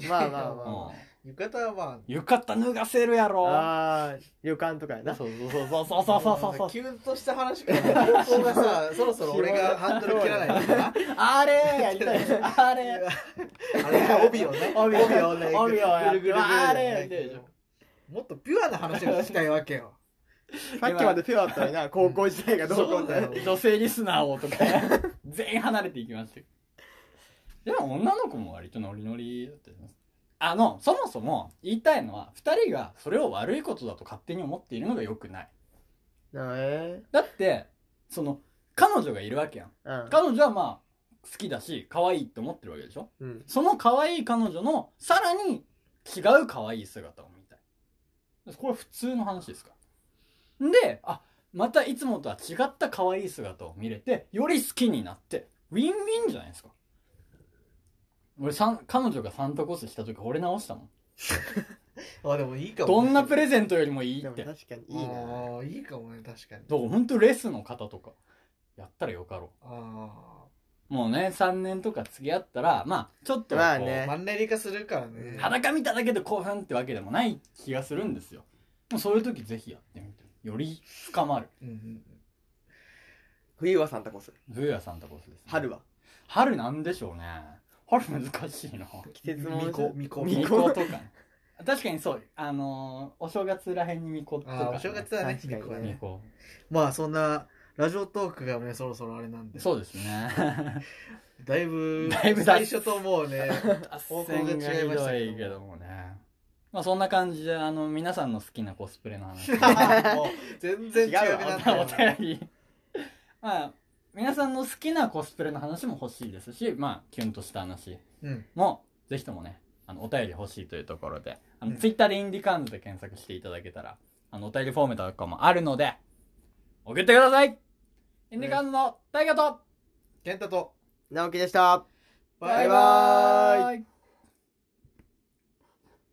[SPEAKER 2] まあまあまあ、
[SPEAKER 1] うん、
[SPEAKER 3] 浴衣はま
[SPEAKER 1] 浴衣脱がせるやろ。
[SPEAKER 2] ああ旅館とかやな
[SPEAKER 1] そうそうそうそう
[SPEAKER 3] あ
[SPEAKER 1] そうそうそうそう
[SPEAKER 3] キュンとした話から方向がさそろそろ俺がハンドル切らないとな
[SPEAKER 1] あれやりたい。あれ。
[SPEAKER 3] あれ帯をね
[SPEAKER 2] 帯を
[SPEAKER 3] ね
[SPEAKER 1] 帯をや
[SPEAKER 3] ぐるぐるぐるぐる
[SPEAKER 1] あれやりたいでしょ
[SPEAKER 3] もっとピュアな話がしたいわけよ
[SPEAKER 2] さっきまでピュアだったのにな高校時代がどうこうみたいな
[SPEAKER 3] そう
[SPEAKER 1] 女性リスナーをとか全員離れていきましたよでも女の子も割とノリノリだったよねあのそもそも言いたいのは2人がそれを悪いことだと勝手に思っているのが良くない
[SPEAKER 2] なえ
[SPEAKER 1] だってその彼女がいるわけやん
[SPEAKER 2] うん
[SPEAKER 1] 彼女はまあ好きだし可愛いって思ってるわけでしょ
[SPEAKER 2] うん
[SPEAKER 1] その可愛い彼女のさらに違う可愛い姿を見たい。これ普通の話ですか。で、あ、またいつもとは違った可愛い姿を見れて、より好きになって、ウィンウィンじゃないですか。俺さん、彼女がサンタコースした時惚れ直したもん。
[SPEAKER 3] あでもいいかも
[SPEAKER 1] どんなプ
[SPEAKER 3] レ
[SPEAKER 1] レゼントよりもいい
[SPEAKER 2] で
[SPEAKER 1] っ
[SPEAKER 2] も
[SPEAKER 1] て。
[SPEAKER 2] 確
[SPEAKER 1] だか
[SPEAKER 2] かにいいな
[SPEAKER 3] ないいかもね確かに
[SPEAKER 1] らほんとレスの方とか、やったらよかろ
[SPEAKER 3] あ
[SPEAKER 1] う。もうね、3年とか付き合ったら、まあ、ちょっとこう、
[SPEAKER 2] まあ
[SPEAKER 3] あ
[SPEAKER 2] ね
[SPEAKER 3] マンネリ化するからね
[SPEAKER 1] 裸見ただけで興奮ってわけでもない気がするんですよもうそういう時ぜひやってみてより深まる
[SPEAKER 3] うんうん
[SPEAKER 2] 冬はサンタコス
[SPEAKER 1] 冬はサンタコースです、
[SPEAKER 2] 春は
[SPEAKER 1] 春なんでしょうね春難しいな
[SPEAKER 2] 季節もの
[SPEAKER 3] 巫女巫女
[SPEAKER 1] 巫女とかね確かにそうあのーお正月らへんに巫女とか、
[SPEAKER 3] あーお正月だね
[SPEAKER 2] 確かに
[SPEAKER 3] 巫女は
[SPEAKER 1] 巫
[SPEAKER 3] ね
[SPEAKER 1] 女
[SPEAKER 3] まあそんなラジオトークがねそろそろあれなんで
[SPEAKER 1] そうですね
[SPEAKER 3] だいぶ
[SPEAKER 1] だいぶだ
[SPEAKER 3] 最初ともうね 方向が違いましたけ
[SPEAKER 1] 脱
[SPEAKER 3] ど
[SPEAKER 1] 線がひどいけどもねまあそんな感じであの皆さんの好きなコスプレの話
[SPEAKER 3] もう全然違うくなっ た
[SPEAKER 1] お
[SPEAKER 3] よ
[SPEAKER 1] 便り。まあ、皆さんの好きなコスプレの話も欲しいですし、まあ、キュンとした話
[SPEAKER 3] うん
[SPEAKER 1] も、ぜひともね、あの、お便り欲しいというところで、あの、
[SPEAKER 3] うん
[SPEAKER 1] ツイッターでインディカーンズで検索していただけたら、あの、お便りフォームとかもあるので、送ってくださいインディカーンズの大河と
[SPEAKER 3] 健太と
[SPEAKER 2] 直樹でした
[SPEAKER 3] バイバ
[SPEAKER 2] イバ
[SPEAKER 1] ーイ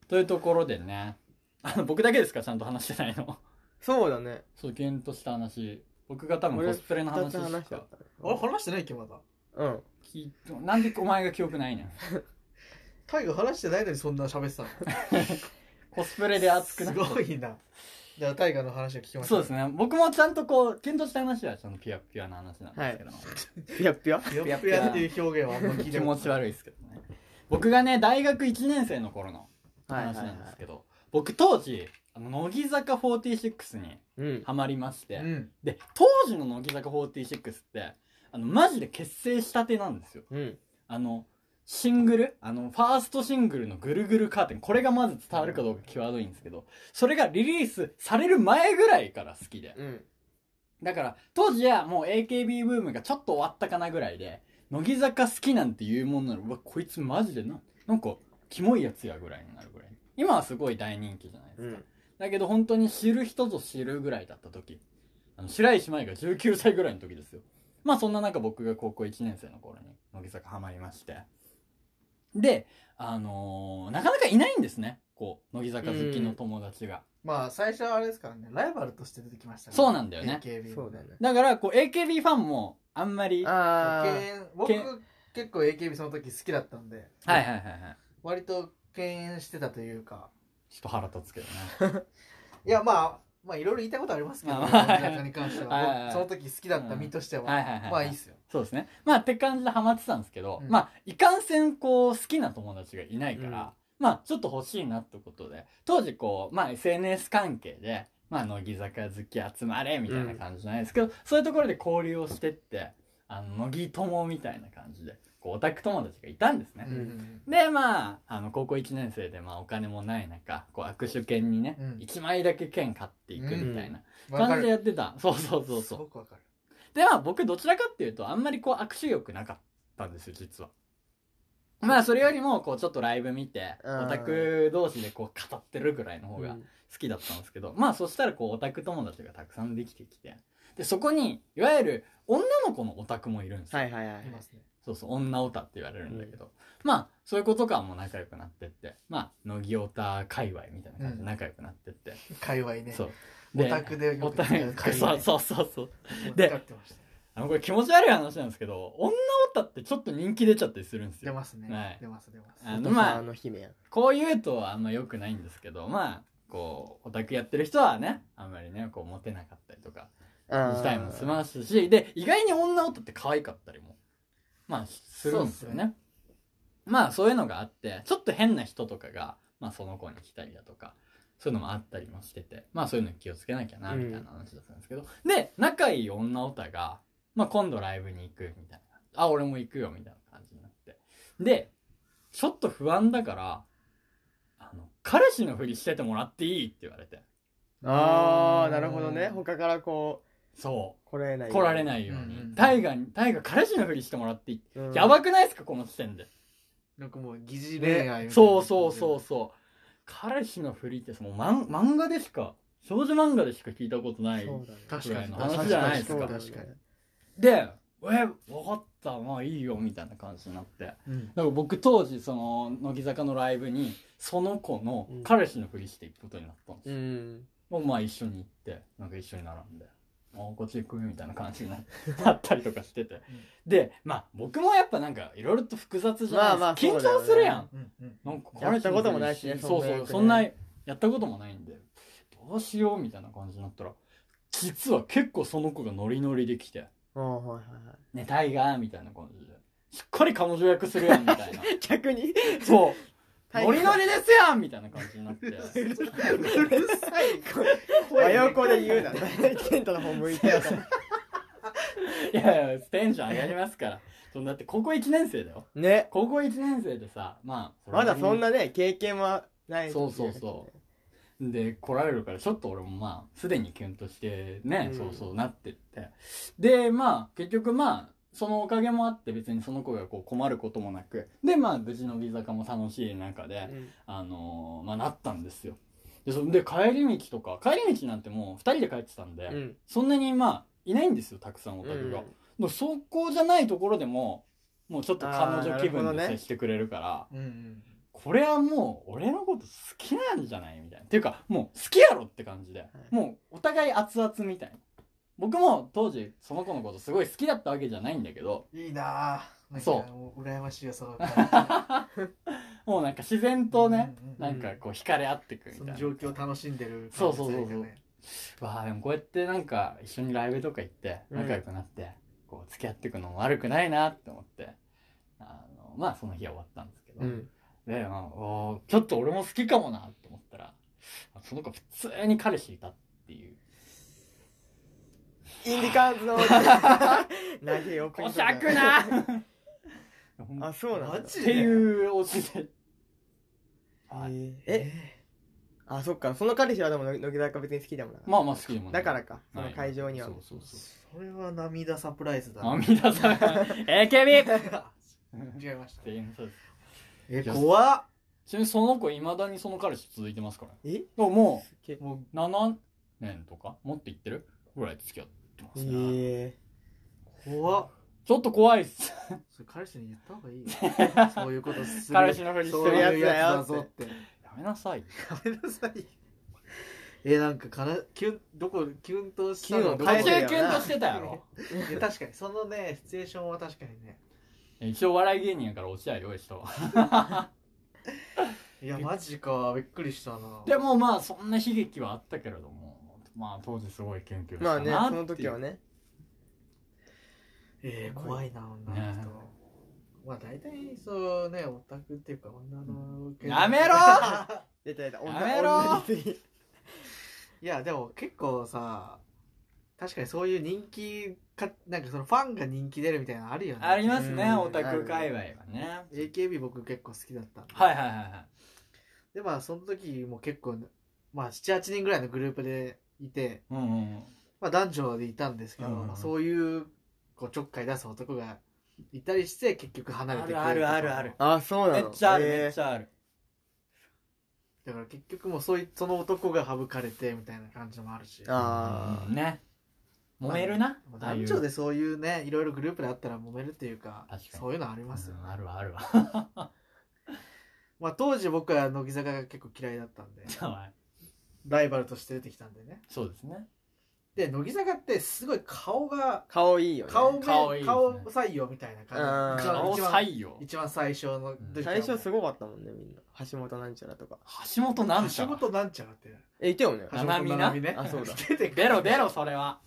[SPEAKER 1] というところでね、あの、僕だけですかちゃんと話してないの。
[SPEAKER 2] そうだね
[SPEAKER 1] そう、キュンとした話。僕が多分コスプレの
[SPEAKER 2] 2
[SPEAKER 1] 話
[SPEAKER 2] つ
[SPEAKER 1] し
[SPEAKER 2] 話しちゃ
[SPEAKER 1] か
[SPEAKER 2] ったね
[SPEAKER 3] あれ話してないっけまだ
[SPEAKER 2] うん
[SPEAKER 1] 聞いてなんでお前が記憶ないねん
[SPEAKER 3] タイガ話してないのにそんな喋ってたの
[SPEAKER 1] コスプレで熱くな
[SPEAKER 3] す
[SPEAKER 1] って
[SPEAKER 3] ごいなじゃあタイガの話を聞きましょ
[SPEAKER 1] そうですね僕もちゃんとこう検討した話はちゃんとピュアピュアな話なんですけど、
[SPEAKER 2] ピヤピヤ
[SPEAKER 3] ピヨピヤっていう表現はあんま聞い
[SPEAKER 1] 気
[SPEAKER 3] て
[SPEAKER 1] 持ち悪いですけどね僕がね大学1年生の頃の
[SPEAKER 2] はい
[SPEAKER 1] 話
[SPEAKER 2] はいは
[SPEAKER 1] ないんですけど、僕当時あの乃木坂46に
[SPEAKER 2] うん
[SPEAKER 1] ハマりまして、
[SPEAKER 3] うん
[SPEAKER 1] で当時の乃木坂46ってあのマジで結成したてなんですよ
[SPEAKER 2] うん
[SPEAKER 1] あのシングルあのファーストシングルの「ぐるぐるカーテン」これがまず伝わるかどうか際どいんですけどそれがリリースされる前ぐらいから好きで
[SPEAKER 2] うん
[SPEAKER 1] だから当時はもう AKB ブームがちょっと終わったかなぐらいで乃木坂好きなんていうものならうわこいつマジでななんかキモいやつやぐらいになるぐらい今はすごい大人気じゃないですか、
[SPEAKER 2] うん
[SPEAKER 1] だけど本当に知る人ぞ知るぐらいだった時あの白石麻衣が19歳ぐらいの時ですよまあそんな中僕が高校1年生の頃に乃木坂ハマりましてであのーなかなかいないんですねこう乃木坂好きの友達が、
[SPEAKER 3] まあ最初はあれですからねライバルとして出てきましたね
[SPEAKER 1] そうなんだよね
[SPEAKER 3] AKB
[SPEAKER 2] そうだね
[SPEAKER 1] だからこう AKB ファンもあんまり
[SPEAKER 2] あ
[SPEAKER 3] 敬
[SPEAKER 2] あ
[SPEAKER 3] 遠僕結構 AKB その時好きだったんで、
[SPEAKER 1] はいはいはいはい。
[SPEAKER 3] 割と敬遠してたというか
[SPEAKER 1] ちょっと腹立つけどね。
[SPEAKER 3] いやまあまあいろいろ言いたいことありますけど
[SPEAKER 1] あ
[SPEAKER 3] 乃木
[SPEAKER 1] まあ
[SPEAKER 3] 坂に関しては
[SPEAKER 1] はいはいはい
[SPEAKER 3] その時好きだった身としては、
[SPEAKER 1] はいはいはいはい
[SPEAKER 3] まあいいっすよ
[SPEAKER 1] そうですね。まあ、って感じでハマってたんですけど、
[SPEAKER 3] うん
[SPEAKER 1] まあ、いかんせん、こう、好きな友達がいないから、まあ、ちょっと欲しいなってことで、当時、こう、まあ、SNS 関係で、まあ、乃木坂好き集まれ、みたいな感じじゃないですけど、そういうところで交流をしてって、あの、乃木友みたいな感じで、こう、オタク友達がいたんですね。
[SPEAKER 3] うんうん
[SPEAKER 1] で、まあ、あの、高校1年生で、まあ、お金もない中、こう、握手券にね、
[SPEAKER 3] うん
[SPEAKER 1] 1枚だけ券買っていくみたいな
[SPEAKER 3] うんわか
[SPEAKER 1] 感じで
[SPEAKER 3] る
[SPEAKER 1] やってた。そうそうそう
[SPEAKER 3] す
[SPEAKER 1] そう
[SPEAKER 3] ご。くわかる
[SPEAKER 1] で、まあ僕どちらかっていうとあんまりこう握手欲なかったんですよ、実は。まあそれよりもこうちょっとライブ見て、
[SPEAKER 2] うん
[SPEAKER 1] オタク同士でこう語ってるぐらいの方
[SPEAKER 2] う
[SPEAKER 1] が好
[SPEAKER 2] ん
[SPEAKER 1] きだったんですけど、まあそしたらこうオタク友達がたくさんできてきて、で、そこに、いわゆる女の子のオタクもいるんですよ。
[SPEAKER 2] はいはいはい
[SPEAKER 3] いますね
[SPEAKER 1] そうそう、女オタって言われるんだけど。まあ、そういう子とかも仲良くなってって、まあ、乃木オタ界隈みたいな感じで仲良くなってって。
[SPEAKER 3] 界隈ね
[SPEAKER 1] そう。
[SPEAKER 3] オタクで
[SPEAKER 1] オ
[SPEAKER 3] よく
[SPEAKER 1] タ
[SPEAKER 3] 使う
[SPEAKER 1] ク、
[SPEAKER 3] 界
[SPEAKER 1] そう
[SPEAKER 3] 隈
[SPEAKER 1] そうそうそう。で
[SPEAKER 3] で使ってました
[SPEAKER 1] あの、これ気持ち悪い話なんですけど、女オタってちょっと人気出ちゃったりするんです
[SPEAKER 3] 出
[SPEAKER 1] よ。
[SPEAKER 3] ますね、
[SPEAKER 1] はい
[SPEAKER 3] 出ます出ます
[SPEAKER 1] あ
[SPEAKER 2] あ
[SPEAKER 1] の、
[SPEAKER 2] の
[SPEAKER 1] まあ、
[SPEAKER 2] の姫やん
[SPEAKER 1] こう言うとあんま良くないんですけど、まあ、こう、オタクやってる人はね、あんまりね、こう、モテなかったりとか、
[SPEAKER 2] あー
[SPEAKER 1] 自体もしますし、で、意外に女オタって可愛かったりも、まあ、するんですよ
[SPEAKER 3] そう
[SPEAKER 1] ね。まあ、そういうのがあって、ちょっと変な人とかが、まあ、その子に来たりだとか、そういうのもあったりもしてて、まあ、そういうのに気をつけなきゃな、みたいな話だったんですけど、で、仲いい女オタが、まあ、今度ライブに行く、みたいな。あ、俺も行くよ、みたいな感じになって。で、ちょっと不安だから、あの、彼氏のふりしててもらっていいって言われて。
[SPEAKER 2] あーなるほどね他からこ
[SPEAKER 1] そう
[SPEAKER 2] 来られな
[SPEAKER 1] う。
[SPEAKER 2] い
[SPEAKER 1] 来られないよう
[SPEAKER 3] うんうん
[SPEAKER 1] に。大河に、大河彼氏のふりしてもらっていい
[SPEAKER 2] うん
[SPEAKER 1] やばくないですかこの時点で。
[SPEAKER 3] なんかもう疑似恋愛みたいな感じで
[SPEAKER 1] そうそうそうそう。彼氏のふりってさ、もう漫漫画でしか、少女漫画でしか聞いたことない。
[SPEAKER 2] そうだね
[SPEAKER 3] 確かに
[SPEAKER 1] ぐらいの話じゃないですか
[SPEAKER 2] 確
[SPEAKER 3] 確
[SPEAKER 2] に
[SPEAKER 3] かに、
[SPEAKER 1] で、え、わかった、まあいいよ、みたいな感じになって。
[SPEAKER 3] うん、
[SPEAKER 1] だから僕当時、その、乃木坂のライブに、その子の彼氏のふりしていくことになったんですよ
[SPEAKER 2] うん
[SPEAKER 1] もうまあ一緒に行って、なんか一緒に並んで、あこっち行くみたいな感じにななったりとかしてて。で、まあ僕もやっぱなんかいろいろと複雑じゃないですか。
[SPEAKER 2] まあまあそうだよ
[SPEAKER 1] 緊
[SPEAKER 2] ね
[SPEAKER 1] 張するやん。
[SPEAKER 3] うんうん
[SPEAKER 1] なんか
[SPEAKER 2] やったこともないしね
[SPEAKER 1] そうそ
[SPEAKER 2] そんなよ
[SPEAKER 1] う、
[SPEAKER 2] くね
[SPEAKER 1] そんなやったこともないんで、どうしようみたいな感じになったら、実は結構その子がノリノリで来て、
[SPEAKER 2] あーはいはいは
[SPEAKER 1] ね、タイガーみたいな感じで、しっかり彼女役するやんみた いな。
[SPEAKER 2] い逆に
[SPEAKER 1] そう。
[SPEAKER 2] タイガ
[SPEAKER 1] ノ
[SPEAKER 2] ー
[SPEAKER 1] リノリですやんみたいな感じにな って。
[SPEAKER 2] うるさい真横で言うな健太の方向いて
[SPEAKER 1] いやいや、テンション上がりますから。そんだって高校1年生だよ。
[SPEAKER 2] ね
[SPEAKER 1] 高校1年生でさ、まあ、
[SPEAKER 2] まだそん
[SPEAKER 1] な。
[SPEAKER 2] なね経験はない
[SPEAKER 1] そうそうそで、来られるから、ちょっと俺もまあ、すでにキュンとしてね、
[SPEAKER 2] うん
[SPEAKER 1] そうそうなってって。で、まあ、結局まあ、そのおかげもあって別にその子がこう困ることもなく。で、まあ、無事の乃木坂も楽しい中で、
[SPEAKER 2] うん
[SPEAKER 1] あのーまあ、なったんですよ。で、そんで帰り道とか、帰り道なんてもう二人で帰ってたんで、
[SPEAKER 2] うん
[SPEAKER 1] そんなにまあ、いないんですよ、たくさんオタクが。もうそこじゃないところでも、もうちょっと彼女気
[SPEAKER 2] あーなる
[SPEAKER 1] 分
[SPEAKER 2] ほど
[SPEAKER 1] で
[SPEAKER 2] ね
[SPEAKER 1] 接してくれるから、
[SPEAKER 3] うんうん
[SPEAKER 1] これはもう俺のこと好きなんじゃないみたいな。っていうか、もう好きやろって感じで、もうお互い熱々みたいな。僕も当時その子のことすごい好きだったわけじゃないんだけど、
[SPEAKER 3] いいなあなんか
[SPEAKER 1] そう
[SPEAKER 3] もう羨ましいよその感
[SPEAKER 1] もうなんか自然
[SPEAKER 3] じ
[SPEAKER 1] とね、、
[SPEAKER 3] うんうんうん
[SPEAKER 1] なんかこう惹かれ合ってくみた
[SPEAKER 3] そ
[SPEAKER 1] いな
[SPEAKER 3] の。状況を楽しんでる
[SPEAKER 1] そうそうそうそう
[SPEAKER 3] 感じといかね
[SPEAKER 1] わあでもこうやってなんか一緒にライブとか行って仲良くなって、こう付き合っていくのも悪くないなって思って、あの、まあその日は終わったんですけど、
[SPEAKER 2] うん
[SPEAKER 1] で、まあ、おーちょっと俺も好きかもなって思ったら、その子普通に彼氏いたっていう。
[SPEAKER 2] インディカーズの 投げよ
[SPEAKER 1] こしゃく な
[SPEAKER 2] あそうなんだ
[SPEAKER 3] マ
[SPEAKER 1] っ
[SPEAKER 3] ジ
[SPEAKER 1] て
[SPEAKER 3] で
[SPEAKER 1] いうオチで。
[SPEAKER 2] えあそっかその彼氏はでも乃木坂別に好きでもなかった
[SPEAKER 1] まあまあ好きでもない
[SPEAKER 2] だからかその会場には
[SPEAKER 1] そうそうそう。
[SPEAKER 3] それは涙サプライズだ
[SPEAKER 1] 涙さん、AKB! っ
[SPEAKER 3] 違いました
[SPEAKER 1] ていうそうです
[SPEAKER 3] え怖っ
[SPEAKER 1] ちなみにその子いまだにその彼氏続いてますから。
[SPEAKER 2] え
[SPEAKER 1] でもも
[SPEAKER 2] け
[SPEAKER 3] も
[SPEAKER 1] う7年とかもっといってるぐらい付き合ってますね。
[SPEAKER 2] え
[SPEAKER 3] う怖っ
[SPEAKER 1] ちょっと怖いっす。
[SPEAKER 3] それ彼氏に言った方がいいよ そういうことする
[SPEAKER 1] 彼氏のふりし
[SPEAKER 3] そう
[SPEAKER 1] てるや
[SPEAKER 3] いうやつだぞって
[SPEAKER 1] つ。やめなさい。
[SPEAKER 3] やめなさいえなんかからキュンどこキュンとした
[SPEAKER 2] キュンを
[SPEAKER 3] どこ
[SPEAKER 1] 途
[SPEAKER 2] 変え
[SPEAKER 1] 中
[SPEAKER 2] てよ
[SPEAKER 1] キュンとしてたやろ。
[SPEAKER 3] いや確かにそのねシチュエーションは確かにね
[SPEAKER 1] 一応笑い芸人やから落合用意したわ
[SPEAKER 3] いやマジかびっくりしたな
[SPEAKER 1] でもまあそんな悲劇はあったけれどもまあ当時すごい研究した
[SPEAKER 2] ま
[SPEAKER 1] な
[SPEAKER 2] あ
[SPEAKER 1] っていう
[SPEAKER 2] ねその時はね
[SPEAKER 3] えー、怖いな女の人、
[SPEAKER 1] ね
[SPEAKER 3] まあ大体そうねオタクっていうか女の系
[SPEAKER 1] や めろ
[SPEAKER 2] 出た出た
[SPEAKER 1] やめろ
[SPEAKER 2] 女に次
[SPEAKER 3] いやでも結構さ確かにそういう人気かなんかそのファンが人気出るみたいなのあるよね
[SPEAKER 1] あります
[SPEAKER 2] う
[SPEAKER 1] ね
[SPEAKER 2] ん
[SPEAKER 1] オタク界隈はね
[SPEAKER 3] AKB 僕結構好きだったんで
[SPEAKER 1] はいはいはいはい
[SPEAKER 3] でまあその時も結構まあ78人ぐらいのグループでいて、
[SPEAKER 1] うんうんうん
[SPEAKER 3] まあ、男女でいたんですけど、
[SPEAKER 1] うんうん
[SPEAKER 3] まあ、そういうこうちょっかい出す男がいたりして結局離れてくれ
[SPEAKER 1] あるある
[SPEAKER 3] とか
[SPEAKER 1] ある
[SPEAKER 2] あそう
[SPEAKER 1] め
[SPEAKER 2] な
[SPEAKER 1] っ
[SPEAKER 2] の
[SPEAKER 1] ちゃある
[SPEAKER 2] え
[SPEAKER 1] め
[SPEAKER 2] ー
[SPEAKER 1] っちゃある
[SPEAKER 3] だから結局もうそういその男が省かれてみたいな感じもあるし
[SPEAKER 2] あ
[SPEAKER 1] うんね揉めるなああい
[SPEAKER 3] 男
[SPEAKER 1] う
[SPEAKER 3] 女でそういうねいろいろグループであったら揉めるっていうか
[SPEAKER 1] 確かに
[SPEAKER 3] そういうのありますよ、
[SPEAKER 1] うんあるわあるわ
[SPEAKER 3] まあ当時僕は乃木坂が結構嫌いだったんで
[SPEAKER 1] はい
[SPEAKER 3] ライバルとして出てきたんでね
[SPEAKER 1] そうですね
[SPEAKER 3] で乃木坂ってすごい顔が
[SPEAKER 2] あ顔いいよね
[SPEAKER 3] 顔め
[SPEAKER 1] 顔いいですね
[SPEAKER 3] 顔採用みたいな感じ
[SPEAKER 2] うん
[SPEAKER 1] 顔
[SPEAKER 3] 一番
[SPEAKER 1] 採用
[SPEAKER 3] 一番最初の時は
[SPEAKER 2] 最初すごかったもんねみんな橋本なんちゃらとか
[SPEAKER 1] 橋本なんちゃ
[SPEAKER 3] 橋本なんちゃらって
[SPEAKER 2] えいたよね
[SPEAKER 1] 橋本七海な
[SPEAKER 3] 橋本七海ね
[SPEAKER 2] あそうだ
[SPEAKER 3] 出てくる
[SPEAKER 1] 出ろ出ろそれは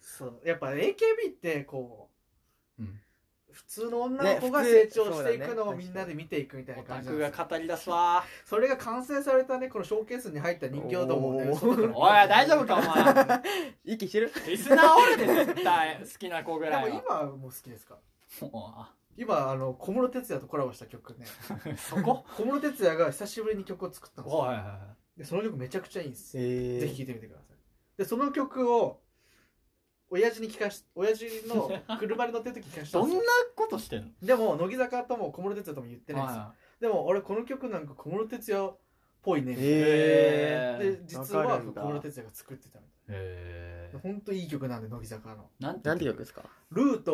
[SPEAKER 3] そうやっぱ AKB ってこう、
[SPEAKER 1] うん
[SPEAKER 3] 普通の女の子が
[SPEAKER 2] ね
[SPEAKER 3] 成
[SPEAKER 2] 普通
[SPEAKER 3] 長してい
[SPEAKER 2] そ
[SPEAKER 3] く
[SPEAKER 2] うだ
[SPEAKER 3] のを
[SPEAKER 2] ね
[SPEAKER 3] みんなで見ていくみたいな
[SPEAKER 1] オ
[SPEAKER 3] 感
[SPEAKER 1] タ
[SPEAKER 3] じなん
[SPEAKER 1] ク
[SPEAKER 3] です
[SPEAKER 1] が
[SPEAKER 3] よ
[SPEAKER 1] 語り出すわ
[SPEAKER 3] それが完成されたねこのショーケースに入った人形どもをね
[SPEAKER 2] おー
[SPEAKER 3] 外から
[SPEAKER 1] おい大丈夫か お
[SPEAKER 2] 息してる
[SPEAKER 1] 前リスナーお るで絶対好きな子ぐ
[SPEAKER 3] で
[SPEAKER 1] ら
[SPEAKER 3] も
[SPEAKER 1] いは
[SPEAKER 3] 今はもう好きですか
[SPEAKER 1] もうあ
[SPEAKER 3] 今あの小室哲哉とコラボした曲ね
[SPEAKER 1] そこ
[SPEAKER 3] 小室哲哉が久しぶりに曲を作ったんですよ
[SPEAKER 1] おいはいは
[SPEAKER 3] でその曲めちゃくちゃいいんですよ
[SPEAKER 2] え
[SPEAKER 3] ぜひ聴いてみてくださいでその曲を親父に聞かし親父の車に乗ってる時に聞か
[SPEAKER 1] い
[SPEAKER 3] し た
[SPEAKER 1] ど
[SPEAKER 3] ん
[SPEAKER 1] ん
[SPEAKER 3] です
[SPEAKER 1] な
[SPEAKER 3] よ
[SPEAKER 1] ことしてんの
[SPEAKER 3] でも乃木坂とも小室哲哉とも言ってないんですよ
[SPEAKER 1] は
[SPEAKER 3] でも俺この曲なんか小室哲哉っぽいねみたい
[SPEAKER 1] い
[SPEAKER 3] な、
[SPEAKER 2] へ
[SPEAKER 1] へ
[SPEAKER 3] で実は
[SPEAKER 2] わかるんだ
[SPEAKER 3] 小室哲哉が作ってたみた
[SPEAKER 1] え
[SPEAKER 3] いな本当いい曲なんで乃木坂の
[SPEAKER 1] なん
[SPEAKER 2] なんて曲ですか
[SPEAKER 3] ルート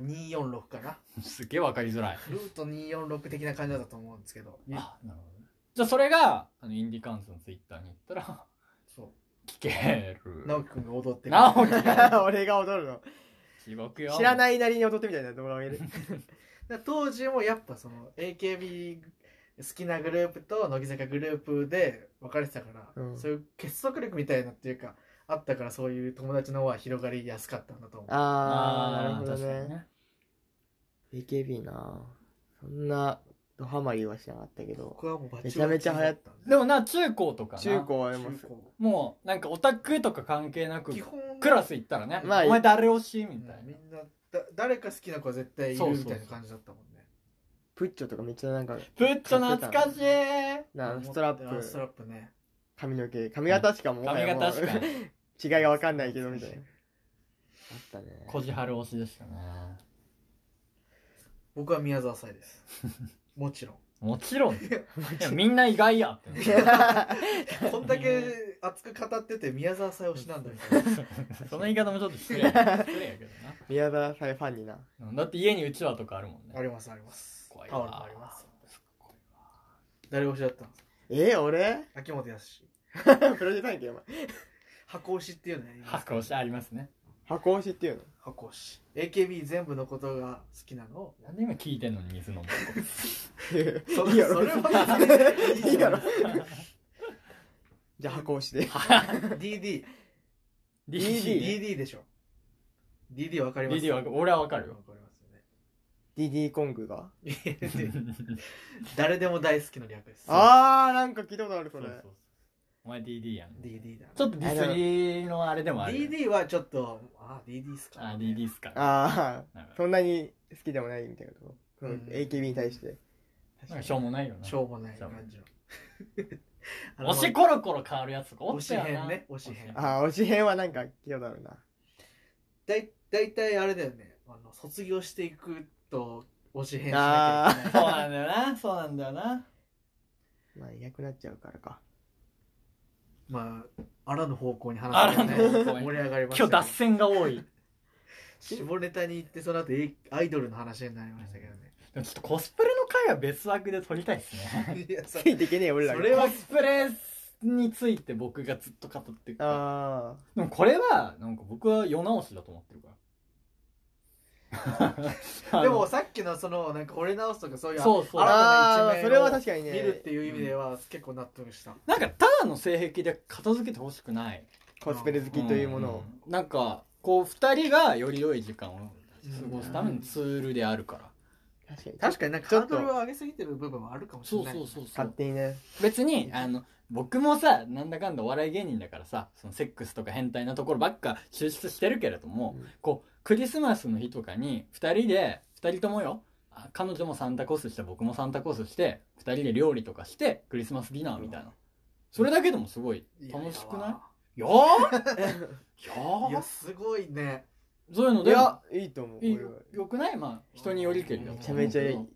[SPEAKER 3] 246かな
[SPEAKER 1] すげえわかりづらい
[SPEAKER 3] ルート246的な感じだったと思うんですけど
[SPEAKER 1] あなるほどねじゃあそれがあのインディカンスのツイッターに行ったら
[SPEAKER 3] そ
[SPEAKER 1] 聞ける
[SPEAKER 3] う直樹くんが踊って
[SPEAKER 1] 直樹
[SPEAKER 2] 俺が踊るの
[SPEAKER 1] 地獄よ
[SPEAKER 2] 知ら
[SPEAKER 1] い
[SPEAKER 2] ないなりに踊ってみたいな動画を上げる
[SPEAKER 3] だ当時もやっぱその AKB 好きなグループと乃木坂グループで分かれてたか
[SPEAKER 2] う
[SPEAKER 3] ら、
[SPEAKER 2] ん
[SPEAKER 3] そういう結束力みたいなっていうかあったからそういう友達の輪広がりやすかったんだと思う
[SPEAKER 2] あーなるほど
[SPEAKER 1] 確かに
[SPEAKER 2] ね AKB なぁそんなドハマりはしなかったけど
[SPEAKER 3] 僕はもうバ
[SPEAKER 2] めちゃめちゃ流行った
[SPEAKER 3] んで
[SPEAKER 1] でもな中高とかな
[SPEAKER 2] 中高はでも
[SPEAKER 3] 中高
[SPEAKER 1] もうなんかオタクとか関係なく
[SPEAKER 3] 基本
[SPEAKER 1] クラス行ったらね、
[SPEAKER 2] まあ
[SPEAKER 1] お前誰推しみたい
[SPEAKER 3] うん
[SPEAKER 1] な
[SPEAKER 3] みんなだ誰か好きな子は絶対いる
[SPEAKER 1] そう
[SPEAKER 3] み
[SPEAKER 1] そうそう
[SPEAKER 3] たいな感じだったもんね
[SPEAKER 2] プッチョとかめっちゃなんか
[SPEAKER 1] ぶっちょ懐かしい
[SPEAKER 2] なストラッ
[SPEAKER 3] あストラ
[SPEAKER 2] プ
[SPEAKER 3] ップね
[SPEAKER 2] 髪の毛髪型しかももは
[SPEAKER 1] 髪
[SPEAKER 2] やもう
[SPEAKER 1] 型しか
[SPEAKER 2] 違いが分かんないけどみたいなあったね
[SPEAKER 1] 小じはる推しでしたね
[SPEAKER 3] 僕は宮沢さえです もちろん
[SPEAKER 1] もちろんいやみんな意外やって
[SPEAKER 3] こんだけ熱く語ってて宮沢さえをしなんだみたいな
[SPEAKER 1] その言い方もちょっと失礼やけど失礼やけど
[SPEAKER 2] 宮沢さえファンにな
[SPEAKER 1] なうんだって家にうちわとかあるもん
[SPEAKER 3] あ
[SPEAKER 1] ね
[SPEAKER 3] りますあります
[SPEAKER 1] 怖い
[SPEAKER 3] タ
[SPEAKER 1] な
[SPEAKER 3] オルもあります誰推しだったんですか
[SPEAKER 2] え俺
[SPEAKER 3] 秋元康
[SPEAKER 2] プロデューサーやんけお前
[SPEAKER 3] 箱推しっていうのやります
[SPEAKER 1] 箱推しありますね
[SPEAKER 2] 箱推しっていう の
[SPEAKER 3] 箱推し AKB 全部のことが好きなのを
[SPEAKER 1] なんで今聞いてんのに水飲むとこ
[SPEAKER 3] そ
[SPEAKER 2] いいやろ
[SPEAKER 3] それは別に
[SPEAKER 2] いいやろじゃあ箱推しで
[SPEAKER 3] DD
[SPEAKER 1] DD
[SPEAKER 3] DD でしょ DD わかります
[SPEAKER 1] DD わか俺はわかるよ
[SPEAKER 3] わかりますよね
[SPEAKER 2] DD コングが
[SPEAKER 3] 誰でも大好きの略です。
[SPEAKER 2] あーなんか聞いたことあるそれ
[SPEAKER 1] そうそうそうお前 DD やん
[SPEAKER 3] DD だな。
[SPEAKER 1] ちょっとディスりのあれでもある
[SPEAKER 3] DD はちょっと、あ、DD っすか。
[SPEAKER 1] あ DD っすか
[SPEAKER 2] あ
[SPEAKER 1] なん
[SPEAKER 2] あ
[SPEAKER 1] か
[SPEAKER 2] そんなに好きでもないみたいなとこその
[SPEAKER 3] うん
[SPEAKER 2] AKB に対して
[SPEAKER 1] なんかしょうもないよ
[SPEAKER 3] し
[SPEAKER 1] な
[SPEAKER 3] ょうもない感じの。 あの
[SPEAKER 1] 推しコロコロ変わるやつとかおったよな
[SPEAKER 3] 推し編ね推し編
[SPEAKER 2] ああ推し編はなんか聞いたことあるな
[SPEAKER 3] だいだいたいあれだよね。あの卒業していくと、推し変し
[SPEAKER 2] あ
[SPEAKER 3] なきゃいけ
[SPEAKER 1] そう
[SPEAKER 3] ない。
[SPEAKER 1] なんだよなそうなんだよ な
[SPEAKER 2] まあいなくなっちゃうからか
[SPEAKER 3] まあ、あらぬ方向に話がね、
[SPEAKER 1] あらぬ方向に
[SPEAKER 3] 盛り上がりま
[SPEAKER 1] 今日
[SPEAKER 3] したけど
[SPEAKER 1] 脱線が多い
[SPEAKER 3] 絞ネタに行って、その後、えアイドルの話になりましたけどね。
[SPEAKER 1] でもちょっとコスプレの回は別枠で撮りたいですね
[SPEAKER 3] いやそ
[SPEAKER 2] ついていけねえ俺ら
[SPEAKER 3] そ
[SPEAKER 2] が
[SPEAKER 3] れは
[SPEAKER 1] コスプレについて僕がずっと語ってる
[SPEAKER 2] あ
[SPEAKER 1] でもこれはなんか僕は世直しだと思ってるから
[SPEAKER 3] でもさっきのそのなんか惚れ直すとかそういう
[SPEAKER 1] そうそう
[SPEAKER 3] 新た
[SPEAKER 2] あ
[SPEAKER 3] な
[SPEAKER 2] あ、
[SPEAKER 3] 一
[SPEAKER 2] それ
[SPEAKER 3] 面
[SPEAKER 2] は
[SPEAKER 3] を
[SPEAKER 2] 確かにね。
[SPEAKER 3] 見るっていう意味では結構納得した、
[SPEAKER 1] なんかただの性癖で片付けてほしくない
[SPEAKER 2] コスプレ好きというものを。
[SPEAKER 1] うんなんかこう2人がより良い時間を過ごすためのツールであるから、
[SPEAKER 2] 確かに。
[SPEAKER 3] 確かになんか
[SPEAKER 2] ちょ
[SPEAKER 3] ハー
[SPEAKER 2] っと
[SPEAKER 3] ドルを上げすぎてる部分はあるかもし
[SPEAKER 1] そ
[SPEAKER 3] れ
[SPEAKER 1] う
[SPEAKER 3] ない
[SPEAKER 1] そうそうそ
[SPEAKER 2] 勝
[SPEAKER 1] う
[SPEAKER 2] 手にね。
[SPEAKER 1] 別にあの僕もさなんだかんだお笑い芸人だからさそのセックスとか変態なところばっか抽出してるけれども、
[SPEAKER 2] うん
[SPEAKER 1] こうクリスマスの日とかに2人で2人ともよあ彼女もサンタコースして僕もサンタコースして2人で料理とかしてクリスマスディナーみたいな、それだけでもすごい楽しくないいやーいや
[SPEAKER 3] いや
[SPEAKER 1] ー
[SPEAKER 3] すごいね
[SPEAKER 1] そういうの
[SPEAKER 2] い
[SPEAKER 1] で
[SPEAKER 2] や、いいと思う。
[SPEAKER 1] いい
[SPEAKER 2] これは
[SPEAKER 1] よくないまあ人によりけりだと思
[SPEAKER 2] め
[SPEAKER 1] う
[SPEAKER 2] ちゃめちゃ
[SPEAKER 1] け
[SPEAKER 2] い
[SPEAKER 1] ど
[SPEAKER 2] い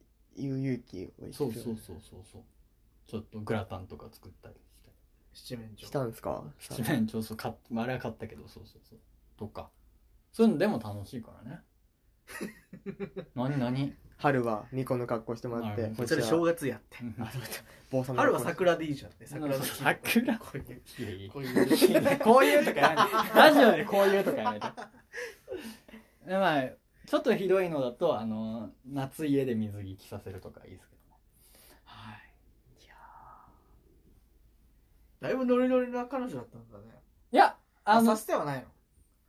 [SPEAKER 2] 勇気を必
[SPEAKER 1] そ
[SPEAKER 2] 要
[SPEAKER 1] うそうそうそうそうちょっとグラタンとか作ったりして
[SPEAKER 3] 七面鳥
[SPEAKER 2] したんですか
[SPEAKER 1] 七面鳥そう買っあれは買ったけどそうそうそうとかそういうのでも楽しいからね何何
[SPEAKER 2] 春は巫女の格好してもらって、
[SPEAKER 1] はい
[SPEAKER 2] こっち
[SPEAKER 3] それ正
[SPEAKER 2] は
[SPEAKER 3] 月やって
[SPEAKER 2] 坊様の
[SPEAKER 3] 春は
[SPEAKER 2] 格好
[SPEAKER 3] 桜でいいじゃんね桜の
[SPEAKER 1] 桜
[SPEAKER 3] こういう
[SPEAKER 1] いやいや
[SPEAKER 3] こういう
[SPEAKER 1] こういうとかやめてラジオでこういうとかやめてでまあちょっとひどいのだとあの夏家で水着着させるとかいいですけどね
[SPEAKER 3] はいいやーだいぶノリノリな彼女だったんだね
[SPEAKER 1] いやあ
[SPEAKER 3] あ
[SPEAKER 1] の
[SPEAKER 3] させてはない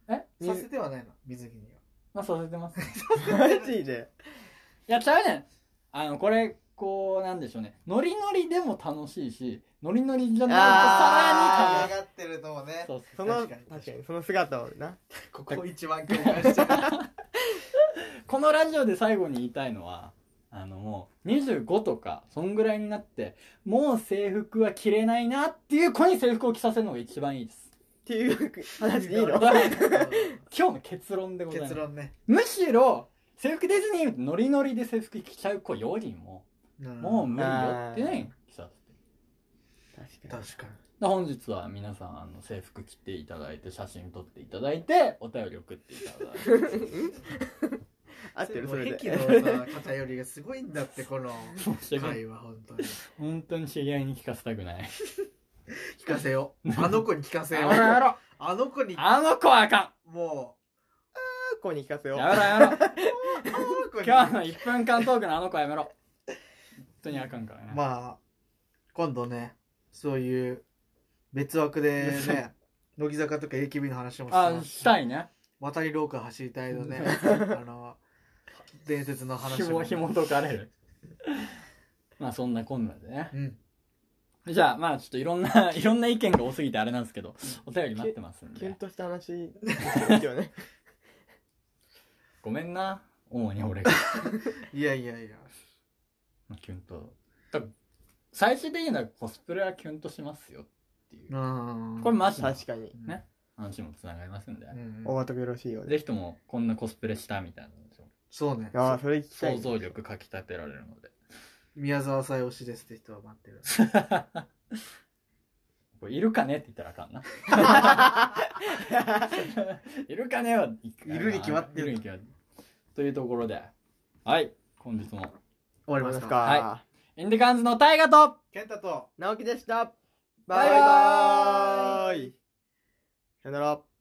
[SPEAKER 3] の
[SPEAKER 1] え
[SPEAKER 3] させてはないの水着には
[SPEAKER 1] まあさせてます
[SPEAKER 2] マジで。
[SPEAKER 1] いや、ちゃうねん。あの、これ、こう、なんでしょうね。ノリノリでも楽しいし、ノリノリじゃないとさら
[SPEAKER 2] あ
[SPEAKER 1] に
[SPEAKER 3] がってるともね
[SPEAKER 1] 楽しい。そ
[SPEAKER 2] そうの、
[SPEAKER 3] 確かに
[SPEAKER 2] 確かに、その姿をな。
[SPEAKER 3] ここ一番共感し て
[SPEAKER 1] そうこのラジオで最後に言いたいのは、あの、もう、25とか、そんぐらいになって、もう制服は着れないなっていう子に制服を着させるのが一番いいです。
[SPEAKER 2] っていう話でいいの
[SPEAKER 1] 今日の結論でございま
[SPEAKER 3] 結
[SPEAKER 1] す。
[SPEAKER 3] 論ね
[SPEAKER 1] むしろ、制服ディズニーノリノリで制服着ちゃう子よりも、もう無理よってね、着させて。
[SPEAKER 2] 確かに。
[SPEAKER 3] 確かに
[SPEAKER 1] で本日は皆さんあの制服着ていただいて写真撮っていただいてお便り送っていただいて
[SPEAKER 2] 合ってる、それで。
[SPEAKER 3] 癖のさ偏りがすごいんだってこの
[SPEAKER 1] 申し訳ない
[SPEAKER 3] 会話本当に
[SPEAKER 1] 本当に知り合いに聞かせたくない
[SPEAKER 3] 聞かせようあの子に聞かせよう
[SPEAKER 1] やめろ
[SPEAKER 3] あの子に
[SPEAKER 1] あの子はあか
[SPEAKER 3] も
[SPEAKER 2] 学校に聞かせ
[SPEAKER 1] ん
[SPEAKER 2] よう。
[SPEAKER 1] やめろやめろ
[SPEAKER 3] うあの子に
[SPEAKER 1] 今日の1分間トークのあの子はやめろ本当にあかんからね、
[SPEAKER 3] まあ今度ねそういう別枠でね乃木坂とか AKB の話もして
[SPEAKER 1] あ
[SPEAKER 3] ます
[SPEAKER 1] したいね
[SPEAKER 3] 渡り廊下走りたいのね あの伝説の話
[SPEAKER 1] 紐
[SPEAKER 3] も
[SPEAKER 1] 紐解かれるまあそんなこんなでね
[SPEAKER 3] うん
[SPEAKER 1] じゃあまあちょっといろんないろんな意見が多すぎてあれなんですけどお便り待ってますん
[SPEAKER 2] キュン
[SPEAKER 1] で
[SPEAKER 2] とした話ですよね。
[SPEAKER 1] ごめんな主に俺が
[SPEAKER 3] いやいやいや
[SPEAKER 1] まあ、キュンと。だから最終的にはコスプレはキュンとしますよっていうう。
[SPEAKER 3] ん
[SPEAKER 1] これマジな
[SPEAKER 2] 確かに。
[SPEAKER 1] ね話もつながりますんで
[SPEAKER 3] う。ん
[SPEAKER 2] お後がよろしいようで。
[SPEAKER 1] ぜひともこんなコスプレしたみたいなのを
[SPEAKER 3] そうね
[SPEAKER 2] ああ、それ聞きたい
[SPEAKER 1] 想
[SPEAKER 2] ね。
[SPEAKER 1] 像力かきたてられるの で。
[SPEAKER 3] 宮沢さえ推しですって人は待って る
[SPEAKER 1] これいるかねって言ったらあかんな。 いるかねはい
[SPEAKER 3] いるに決まってる
[SPEAKER 1] いるに決まってるというところで。はい。本日も。
[SPEAKER 3] 終わりますか
[SPEAKER 1] は
[SPEAKER 2] か。
[SPEAKER 1] インディカンズの大河と
[SPEAKER 3] 健太と
[SPEAKER 2] 直樹でした。
[SPEAKER 1] バイバーイ
[SPEAKER 2] イ。さよなら。